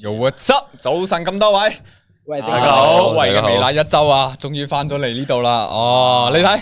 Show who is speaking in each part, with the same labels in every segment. Speaker 1: Yo what's up？早晨咁多位，
Speaker 2: 喂，
Speaker 3: 啊
Speaker 1: 大家好，喂，
Speaker 4: 大家好
Speaker 1: 未奶一周啊，終於翻咗嚟呢度啦。哦，你睇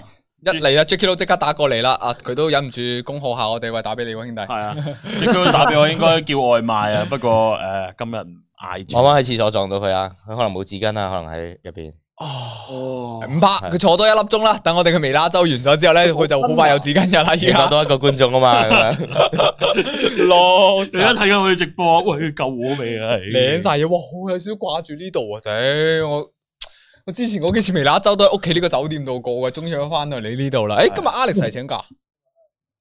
Speaker 1: 一嚟啊，Jacky 都即刻打過嚟啦，啊，佢都忍唔住恭賀下我哋，喂，打俾你喎，兄弟。
Speaker 3: 系 啊，亦都打俾我應該叫外賣啊，不過诶今日唔嗌住
Speaker 4: 啱，啱喺廁所撞到佢啊，佢可能冇紙巾啊，可能喺 入邊。
Speaker 1: 唔怕，佢坐多一粒鐘啦，等我哋嘅微辣周完咗之後咧，佢哦就好快有紙巾㗎啦，而
Speaker 4: 要
Speaker 1: 家
Speaker 4: 多一個觀眾啊嘛，咁樣
Speaker 1: 咯，
Speaker 3: 你而家睇緊佢直播，喂救我未啊？你
Speaker 4: 嗯
Speaker 1: 舐晒嘢，哇，好有少少掛住呢度啊，屌我。我之前嗰幾次微辣周都喺屋企呢個酒店度過嘅，終於翻到你呢度啦。誒，今日 Alex 係請 假，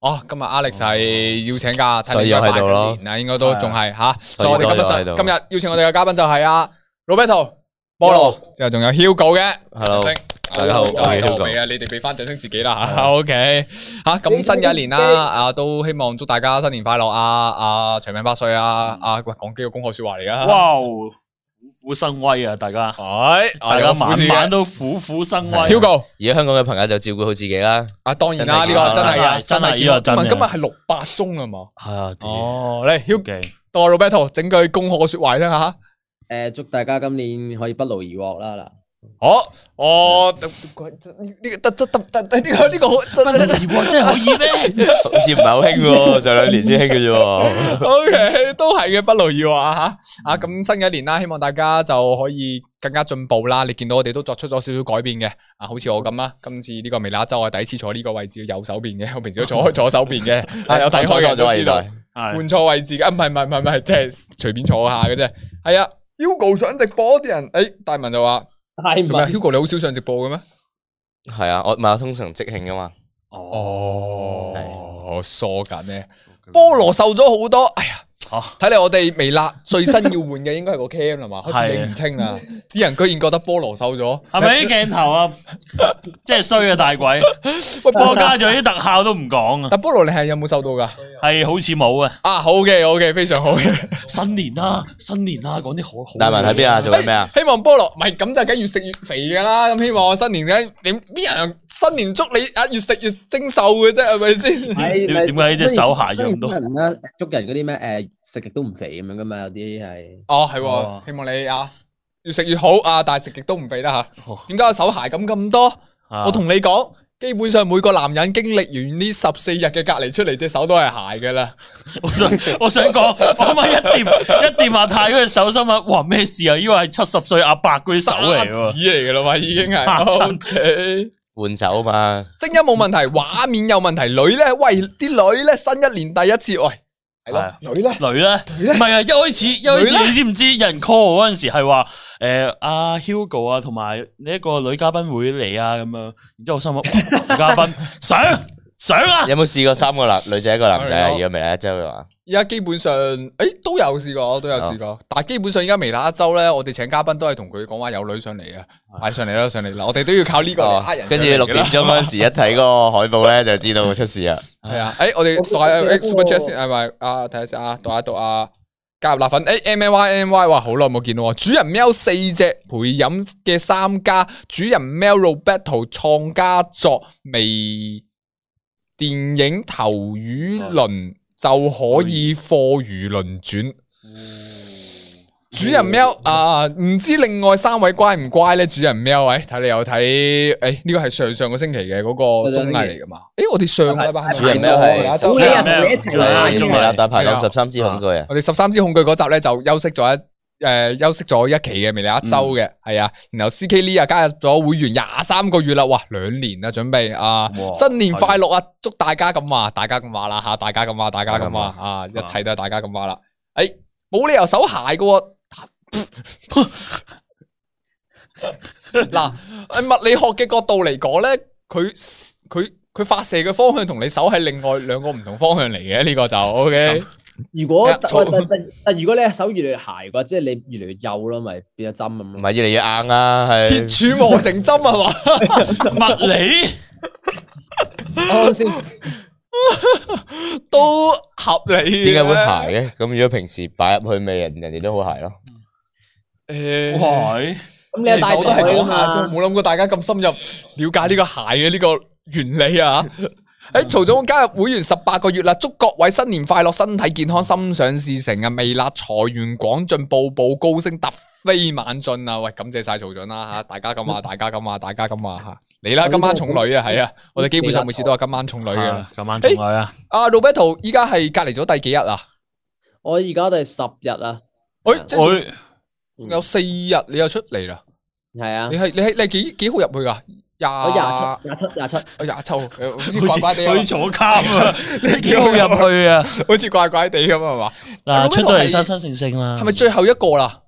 Speaker 1: 哦，今日 Alex 係要請假，睇
Speaker 4: 哦所以
Speaker 1: 你
Speaker 4: 我喺
Speaker 1: 拜
Speaker 4: 度
Speaker 1: 緊
Speaker 4: 咯啊
Speaker 1: 年啊啦，應該都仲係吓。所
Speaker 4: 所
Speaker 1: 以
Speaker 4: 以
Speaker 1: 我哋今
Speaker 4: 我又喺
Speaker 1: 日
Speaker 4: 度
Speaker 1: 今日邀請我哋嘅嘉賓就係阿 Roberto、菠蘿，之後仲有 Hugo 嘅。
Speaker 4: ，Hello，
Speaker 1: 掌聲
Speaker 4: 大家好我係 Hugo
Speaker 1: 俾啊，你哋俾翻掌聲自己啦吓。OK，吓 咁新嘅一年啦，啊都希望祝大家新年快樂啊！啊長命百歲啊！啊喂，講幾個恭賀說話嚟噶。
Speaker 3: 哇，虎虎生威啊！大家，
Speaker 1: 係，
Speaker 3: 大家晚晚
Speaker 1: 都
Speaker 3: 都虎虎生威。啊
Speaker 1: Hugo
Speaker 4: 而家香港嘅朋友就照顧好自己啦。
Speaker 1: 啊，當然啦，呢
Speaker 4: 真係
Speaker 1: 個真係啊，
Speaker 3: 真係
Speaker 1: 係
Speaker 3: 呢個真
Speaker 1: 今
Speaker 3: 係
Speaker 1: 日係六百宗啊嘛。
Speaker 3: 係啊，屌
Speaker 1: 哦，嚟 Hugo
Speaker 3: ，OK，
Speaker 1: 到 Roberto 整句恭賀說話嚟聽下。
Speaker 2: 诶，祝大家今年可以不勞而獲啦
Speaker 1: 好，我呢哦個得得得得呢個呢個好
Speaker 3: 不勞而 獲真係可以咩？
Speaker 4: 好似唔係好興喎，上兩年先興嘅啫喎。
Speaker 1: O K，都系嘅，不勞而獲啊吓啊！咁新嘅一年啦，希望大家就可以更加進步啦。你見到我哋都作出咗少少改變嘅啊，好似我咁啦，今次呢個微辣周我係第一次坐呢個位置右手邊嘅，我平時都 坐左手邊嘅，啊有睇開嘅
Speaker 4: 咗
Speaker 1: 都
Speaker 4: 啊，
Speaker 1: 知
Speaker 4: 原
Speaker 1: 道
Speaker 4: 來
Speaker 3: 係
Speaker 1: 換錯位置嘅，啊唔係唔係唔係唔係，即係隨便坐下嘅啫。係啊，Hugo 上直播啲人，诶大文就話
Speaker 2: 啦，系
Speaker 1: 做 咩？Hugo 你好少上直播嘅咩？
Speaker 4: 係啊，我唔係我通常即興噶嘛。
Speaker 3: 哦，
Speaker 1: 哦，嗯我疏緊呢。菠
Speaker 3: 菠
Speaker 1: 蘿瘦咗好多，哎呀！
Speaker 3: 啊
Speaker 1: 睇嚟我哋微辣最新要換嘅應該係個 cam 啦嘛，
Speaker 3: 係
Speaker 1: 開始理唔清啦。啲人居然覺得菠蘿瘦咗，
Speaker 3: 係咪啲鏡頭啊？即係衰啊大鬼！
Speaker 1: 喂菠
Speaker 3: 播
Speaker 1: 蘿？
Speaker 3: 加咗啲特效都唔講啊，
Speaker 1: 但菠蘿你係有冇瘦到噶？
Speaker 3: 係好似冇啊！
Speaker 1: 啊，好嘅，好嘅，非常好嘅。
Speaker 3: 新年啦，新年啦，講啲好好。
Speaker 4: 大文喺邊啊？做緊咩啊？
Speaker 1: 希望菠蘿唔係咁就梗越食越肥噶啦。咁希望我新年梗點邊人新年祝你啊越食越精瘦嘅啫，係咪先？
Speaker 2: 係
Speaker 3: 點點解呢隻手下咗咁多
Speaker 2: 人咧捉人嗰啲咩诶，食極都唔肥咁樣噶嘛，有啲係
Speaker 1: 哦，係
Speaker 3: 哦
Speaker 1: 喎，希望你啊越食越好啊，但係食極都唔肥啦吓
Speaker 3: 哦。
Speaker 1: 點解我手鞋咁咁多？
Speaker 3: 啊
Speaker 1: 我同你講，基本上每個男人經歷完呢十四日嘅隔離出嚟，隻手都係鞋噶啦。
Speaker 3: 我想我想讲，我啱啱一掂一掂阿太嗰隻手，心諗哇咩事啊？呢個係七十歲阿伯嗰隻手嚟
Speaker 1: 沙
Speaker 3: 喎，
Speaker 1: 子嚟噶啦嘛，已經係。
Speaker 3: 嚇親
Speaker 1: OK
Speaker 4: 換手 啊嘛，
Speaker 1: 聲音冇問題，畫面有問題。女咧，喂，啲女咧，新一年第一次，喂，係
Speaker 3: 係
Speaker 1: 咯
Speaker 3: 啊，
Speaker 1: 女咧，
Speaker 3: 女咧，
Speaker 1: 女呢
Speaker 3: 唔係啊！一開始一開
Speaker 1: 女呢
Speaker 3: 始你知唔知有人 call 我嗰陣時係話誒阿 Hugo 啊，同埋呢一個女嘉賓會嚟啊咁樣，然之後我心諗哇女嘉賓 上上啊！
Speaker 4: 有冇試過三個男女仔一個男仔啊？而家未嚟一周嘅話，
Speaker 1: 而家基本上，誒都有試過，都有試
Speaker 3: 啊
Speaker 1: 過。但係基本上而家微辣一周咧，我哋請嘉賓都係同佢講話有女上嚟嘅，
Speaker 3: 啊
Speaker 1: 快上嚟啦，上嚟啦，我哋都要靠呢個嚟
Speaker 4: 哦
Speaker 1: 呃人上嚟㗎啦。
Speaker 4: 跟住六點鐘嗰陣時一睇嗰個海報咧，就知道出事啊！
Speaker 1: 系啊，诶，我哋
Speaker 2: 我
Speaker 1: 讀下
Speaker 2: 記得
Speaker 1: 誒 Super
Speaker 2: 喎
Speaker 1: Chat 先，係咪啊？睇下先啊，讀下讀啊，加入辣粉，诶，M 哎 M Y M Y，哇，好耐冇見咯喎，主人喵四隻陪飲嘅三家，主人喵 Roberto 創家作微電影頭
Speaker 4: 哦
Speaker 1: 魚輪就可以貨如輪轉。主人喵
Speaker 4: 哦
Speaker 1: 啊，唔知另外三位乖唔乖咧？主人喵，喂，睇你有睇，诶，呢個係上上個星期嘅嗰個綜藝嚟噶嘛？诶，我哋上個禮拜係咪啊
Speaker 4: 主人喵係
Speaker 1: 上個禮拜
Speaker 3: 日
Speaker 2: 早幾
Speaker 3: 同你一
Speaker 2: 齊
Speaker 4: 係
Speaker 2: 啦
Speaker 4: 微辣大排檔十三支恐懼啊！
Speaker 1: 我哋十三支恐懼嗰集咧就休息咗一。誒、休息咗一期嘅，未嚟一周嘅，係、啊，然後 C K Lee 啊加入咗會員廿三個月啦，哇，兩年啦，準備啊，
Speaker 3: 哇
Speaker 1: 新年快樂啊，祝大家咁話，大家咁話啦嚇，大家咁話，大家咁話啊，一切都係大家咁話啦，誒、冇理由手鞋嘅喎、 嗱，喺物理學嘅角度嚟講咧，佢佢佢發射嘅方向同你手係另外兩個唔同方向嚟嘅，呢、個就 OK。
Speaker 2: 如果
Speaker 1: 一早
Speaker 2: 但但但如果你手越嚟越鞋嘅話，即係你越嚟越幼咯，咪變咗針咁
Speaker 4: 唔
Speaker 2: 咯。
Speaker 4: 係越嚟越硬啦，係
Speaker 1: 鐵柱磨成針係 嘛？
Speaker 3: 物理
Speaker 2: 啱先
Speaker 1: 都合理嘅。
Speaker 4: 點解會鞋嘅？咁如果平時擺入去咪人人哋都好鞋咯。
Speaker 1: 诶，
Speaker 3: 喂，
Speaker 2: 咁你
Speaker 1: 其
Speaker 2: 有帶
Speaker 1: 實我都係
Speaker 2: 袋
Speaker 1: 講
Speaker 2: 啊
Speaker 1: 下啫，
Speaker 2: 嘛，
Speaker 1: 冇諗過大家咁深入了解呢個鞋嘅呢個原理啊！诶，曹总加入会员十八个月啦，祝各位新年快乐，身体健康，心想事成啊！微辣财源广进，步步高升，突飞猛进啊！喂，感谢晒曹总啦 吓，大家咁話，大家咁話，大家咁話吓，嚟啦！今晚重女啊，係啊，我哋基本上每次都係今晚重女噶啦。
Speaker 3: 啊今晚仲有啊，
Speaker 1: 阿 Roberto 依家係隔離咗第幾日啊？
Speaker 2: 我而家都系十日啦，
Speaker 1: 诶，即係
Speaker 3: 我
Speaker 1: 仲有四日你又出嚟啦？
Speaker 2: 系啊
Speaker 1: 你，係你係你係幾幾號入去噶？廿
Speaker 2: 我廿七、廿七、廿七，
Speaker 1: 我廿 七號，好似怪
Speaker 3: 好
Speaker 1: 怪
Speaker 3: 似
Speaker 1: 地
Speaker 3: 好似
Speaker 1: 咁，
Speaker 3: 坐 监啊，你几好入去啊？
Speaker 1: 好似怪怪地咁啊係嘛？
Speaker 3: 嗱，
Speaker 1: 咁
Speaker 3: 出到
Speaker 1: 呢
Speaker 3: 嚟
Speaker 1: 度係
Speaker 3: 生生性性啦，
Speaker 1: 係咪最後一個啦？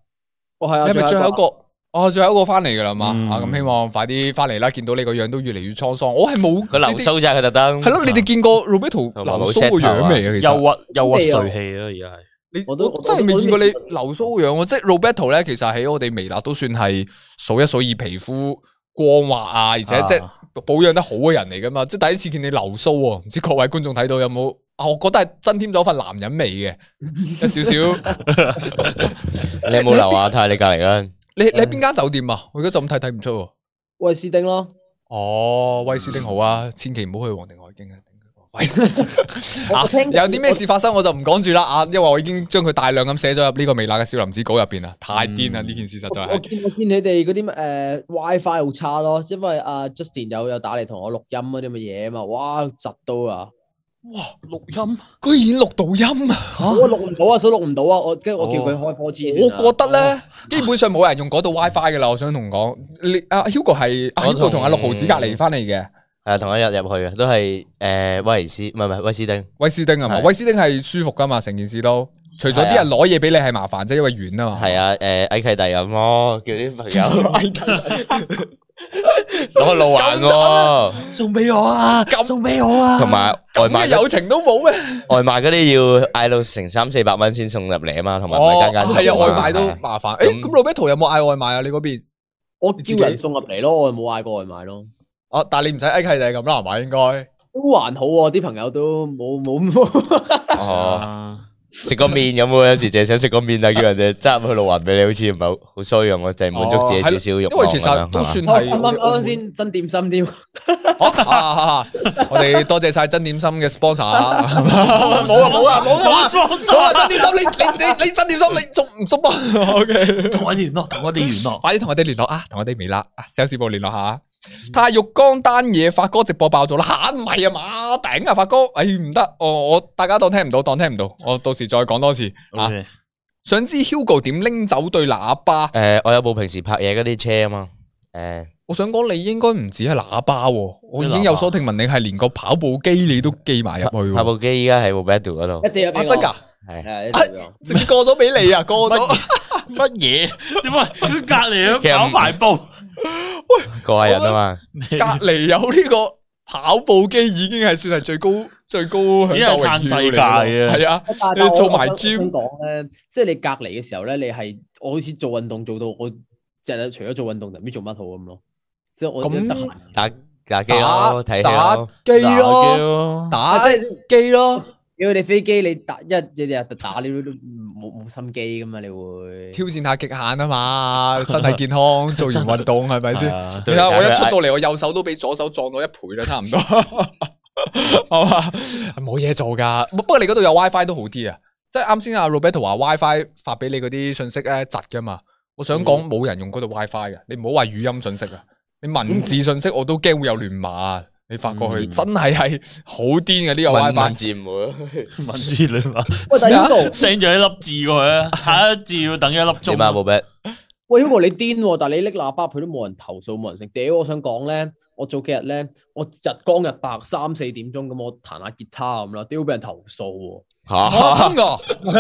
Speaker 2: 我系啊，
Speaker 1: 你係咪最後一
Speaker 2: 個？
Speaker 1: 個？哦，最後一個翻嚟噶啦嘛，
Speaker 3: 嗯
Speaker 1: 啊咁希望快啲翻嚟啦！見到你個樣都越嚟越滄桑，我係冇
Speaker 4: 佢留須咋，佢特登
Speaker 1: 係咯，你哋見過 Roberto
Speaker 4: 同埋
Speaker 1: 留
Speaker 4: 冇
Speaker 1: 須個
Speaker 4: set 頭
Speaker 1: 樣
Speaker 4: 啊
Speaker 1: 未啊？其
Speaker 3: 忧
Speaker 1: 實
Speaker 3: 郁忧郁垂氣咯？而家係
Speaker 1: 你
Speaker 2: 我都
Speaker 1: 我真係未見過你留須個樣喎，即係 Roberto 咧，其實喺我哋微辣都算係數一數二皮膚光滑啊，而且即係
Speaker 3: 啊
Speaker 1: 保養得好嘅人嚟噶嘛，即係第一次見你留須喎，唔知各位觀眾睇到有冇？啊，我覺得係增添咗份男人味嘅，有少 少。
Speaker 4: 你有冇留亞太你隔離啊？
Speaker 1: 你你喺邊間酒店啊？我而家就咁睇睇唔出喎。
Speaker 2: 喂，斯丁咯，
Speaker 1: 哦，威斯汀好啊，千祈唔好去皇庭海京啊！喂，
Speaker 2: 我聽
Speaker 1: 啊有啲咩事發生我就唔講住啦啊，因為我已經將佢大量咁寫咗入呢個微辣嘅少林寺稿入边啦，太癲啦！
Speaker 3: 嗯
Speaker 1: 呢件事實在
Speaker 2: 我我
Speaker 1: 啊係
Speaker 2: 見我見你哋嗰啲誒 WiFi 好差咯，因為阿 Justin 有有打嚟同我錄音嗰啲咁嘅嘢啊嘛，哇窒到啊！
Speaker 3: 錄音
Speaker 1: 居然錄到音啊！
Speaker 2: 我錄唔到啊，所以錄唔到啊，我跟住我叫佢
Speaker 3: 哦
Speaker 2: 開 4G 先啊
Speaker 1: 我覺得
Speaker 4: 哦
Speaker 1: 咧，基本上冇人用嗰度 WiFi 嘅啦。我想同講，你阿 Hugo 係阿
Speaker 4: 我
Speaker 1: Hugo
Speaker 4: 同
Speaker 1: 同阿六毫子隔離翻嚟嘅，
Speaker 4: 係同一日入去嘅，都係诶威尼斯，唔係唔係威斯汀。
Speaker 1: 威斯汀係啊嘛？
Speaker 4: 係
Speaker 1: 威斯汀係舒服噶嘛，成件事都。除咗
Speaker 4: 係啊
Speaker 1: 啲人攞嘢俾你係麻煩啫，因為遠啊嘛。
Speaker 4: 係啊，诶矮契弟咁咯，叫啲朋 友攞路環喎，
Speaker 3: 送俾我 啊， 送俾我啊，
Speaker 4: 同埋外賣
Speaker 1: 咩友情都冇咩？
Speaker 4: 外賣嗰啲要嗌到成三四百蚊先送入嚟啊嘛，同埋唔係
Speaker 1: 哦，
Speaker 4: 間間
Speaker 1: 係啊，
Speaker 4: 送㗎嘛
Speaker 1: 外賣都
Speaker 4: 係啊
Speaker 1: 麻煩。誒，咁
Speaker 4: 咁
Speaker 1: Roberto 有冇嗌外賣啊？你嗰邊？
Speaker 2: 我
Speaker 1: 你自己
Speaker 2: 叫人送入嚟咯，我冇嗌過外賣咯，
Speaker 1: 哦，但系你唔使 A 契弟咁啦，系嘛？应该
Speaker 2: 都還好喎，啲朋友都冇冇冇，
Speaker 4: 哦，
Speaker 3: 啊
Speaker 4: 食個面咁喎，有時淨係想食個面啊，叫人哋揸入去路環俾你，好似唔係好好衰咁啊，就係滿足自己少少欲
Speaker 1: 因
Speaker 4: 望
Speaker 1: 為
Speaker 4: 咁
Speaker 1: 其
Speaker 4: 樣
Speaker 1: 實
Speaker 4: 係
Speaker 1: 都
Speaker 4: 嘛
Speaker 1: 算
Speaker 2: 我
Speaker 1: 係
Speaker 2: 啱啱啱先真點心 添，
Speaker 1: 啊啊啊 啊我哋多謝晒真點心嘅 sponsor 啊！冇啊冇啊冇啊！冇啊！真點心，你你你你真點心，你熟唔熟啊？OK，
Speaker 3: 同我哋聯絡，同我哋聯 絡。
Speaker 1: 快啲同我哋聯絡啊！同我哋微辣啊 sales 部聯絡下啊。太浴缸單嘢，發哥直播爆咗啦吓，唔係啊嘛，頂啊發哥，哎唔得，我我大家當聽唔到，當聽唔到，我到時再講多次啊。
Speaker 3: OK
Speaker 1: 想知 Hugo 點拎走對喇叭？
Speaker 4: 诶，我有部平時拍嘢嗰啲車啊嘛，诶，
Speaker 1: 我想講你應該唔止係喇叭喎，我已經有所聽聞，你係連個跑步機你都寄埋入去
Speaker 4: 拍
Speaker 1: 喎。
Speaker 4: 部機依家喺部 battle 嗰度
Speaker 2: 一，定入
Speaker 1: 啊
Speaker 2: 俾我
Speaker 1: 真㗎，
Speaker 4: 係。
Speaker 2: 係一
Speaker 1: 啊
Speaker 2: 定入俾我
Speaker 1: 直接過咗俾你啊，過咗。
Speaker 3: 乜嘢？點解佢隔離
Speaker 4: 其實
Speaker 3: 咁
Speaker 4: 唔
Speaker 3: 跑埋步？
Speaker 4: 過下人啊嘛，
Speaker 1: 隔離有呢個跑步機已經係算係 最高最高享受榮耀嚟
Speaker 3: 已經係嘆世界啊
Speaker 1: 係啊，
Speaker 2: 但
Speaker 1: 你做埋 gym
Speaker 2: 講咧，即係你隔離嘅時候咧，你係我好似做運動做到我日日除咗做運動就唔知做乜好咁咯。即係我
Speaker 1: 咁
Speaker 2: 得閒
Speaker 4: 打打機
Speaker 1: 打
Speaker 4: 咯，睇戲
Speaker 1: 打
Speaker 4: 咯，
Speaker 1: 機咯，
Speaker 3: 咯
Speaker 1: 打啊機咯，
Speaker 2: 屌你飛機，你打一日日日打，你都都冇冇心機噶嘛？你會
Speaker 1: 挑戰下極限啊嘛，身體健 康，做完運動係咪先？
Speaker 3: 先？
Speaker 1: 你睇下我一出
Speaker 4: 哎
Speaker 1: 到嚟，我右手都俾左手撞到一倍啦，差唔多， 係嘛？冇嘢做噶，不過你嗰度有 WiFi 都好啲啊。即係啱先阿 Roberto 話 WiFi 發俾你嗰啲信息咧窒噶嘛，我想講冇人用嗰度 WiFi 嘅，你唔好話語音信息啊，你文字信息我都驚會有亂碼啊。你發過去
Speaker 3: 嗯
Speaker 1: 真係係好癲嘅呢個
Speaker 4: 文
Speaker 1: WiFi，
Speaker 4: 文字唔會咯。
Speaker 3: 文字你嘛
Speaker 2: 喂，但 係
Speaker 1: 咩啊
Speaker 2: Hugo，
Speaker 3: ，send 咗一粒字過去啊，下一字要等一粒
Speaker 4: 點啊，
Speaker 3: 鐘。
Speaker 4: 部 bat？
Speaker 2: 喂 Hugo，你癲喎！但係你拎喇叭佢都冇人投訴，冇人成。屌，我想講咧，我早幾日咧，我日光日白三四點鐘咁，我彈下吉他咁啦，屌俾人投訴喎。
Speaker 1: 啊
Speaker 4: 吓，
Speaker 1: 真噶，唔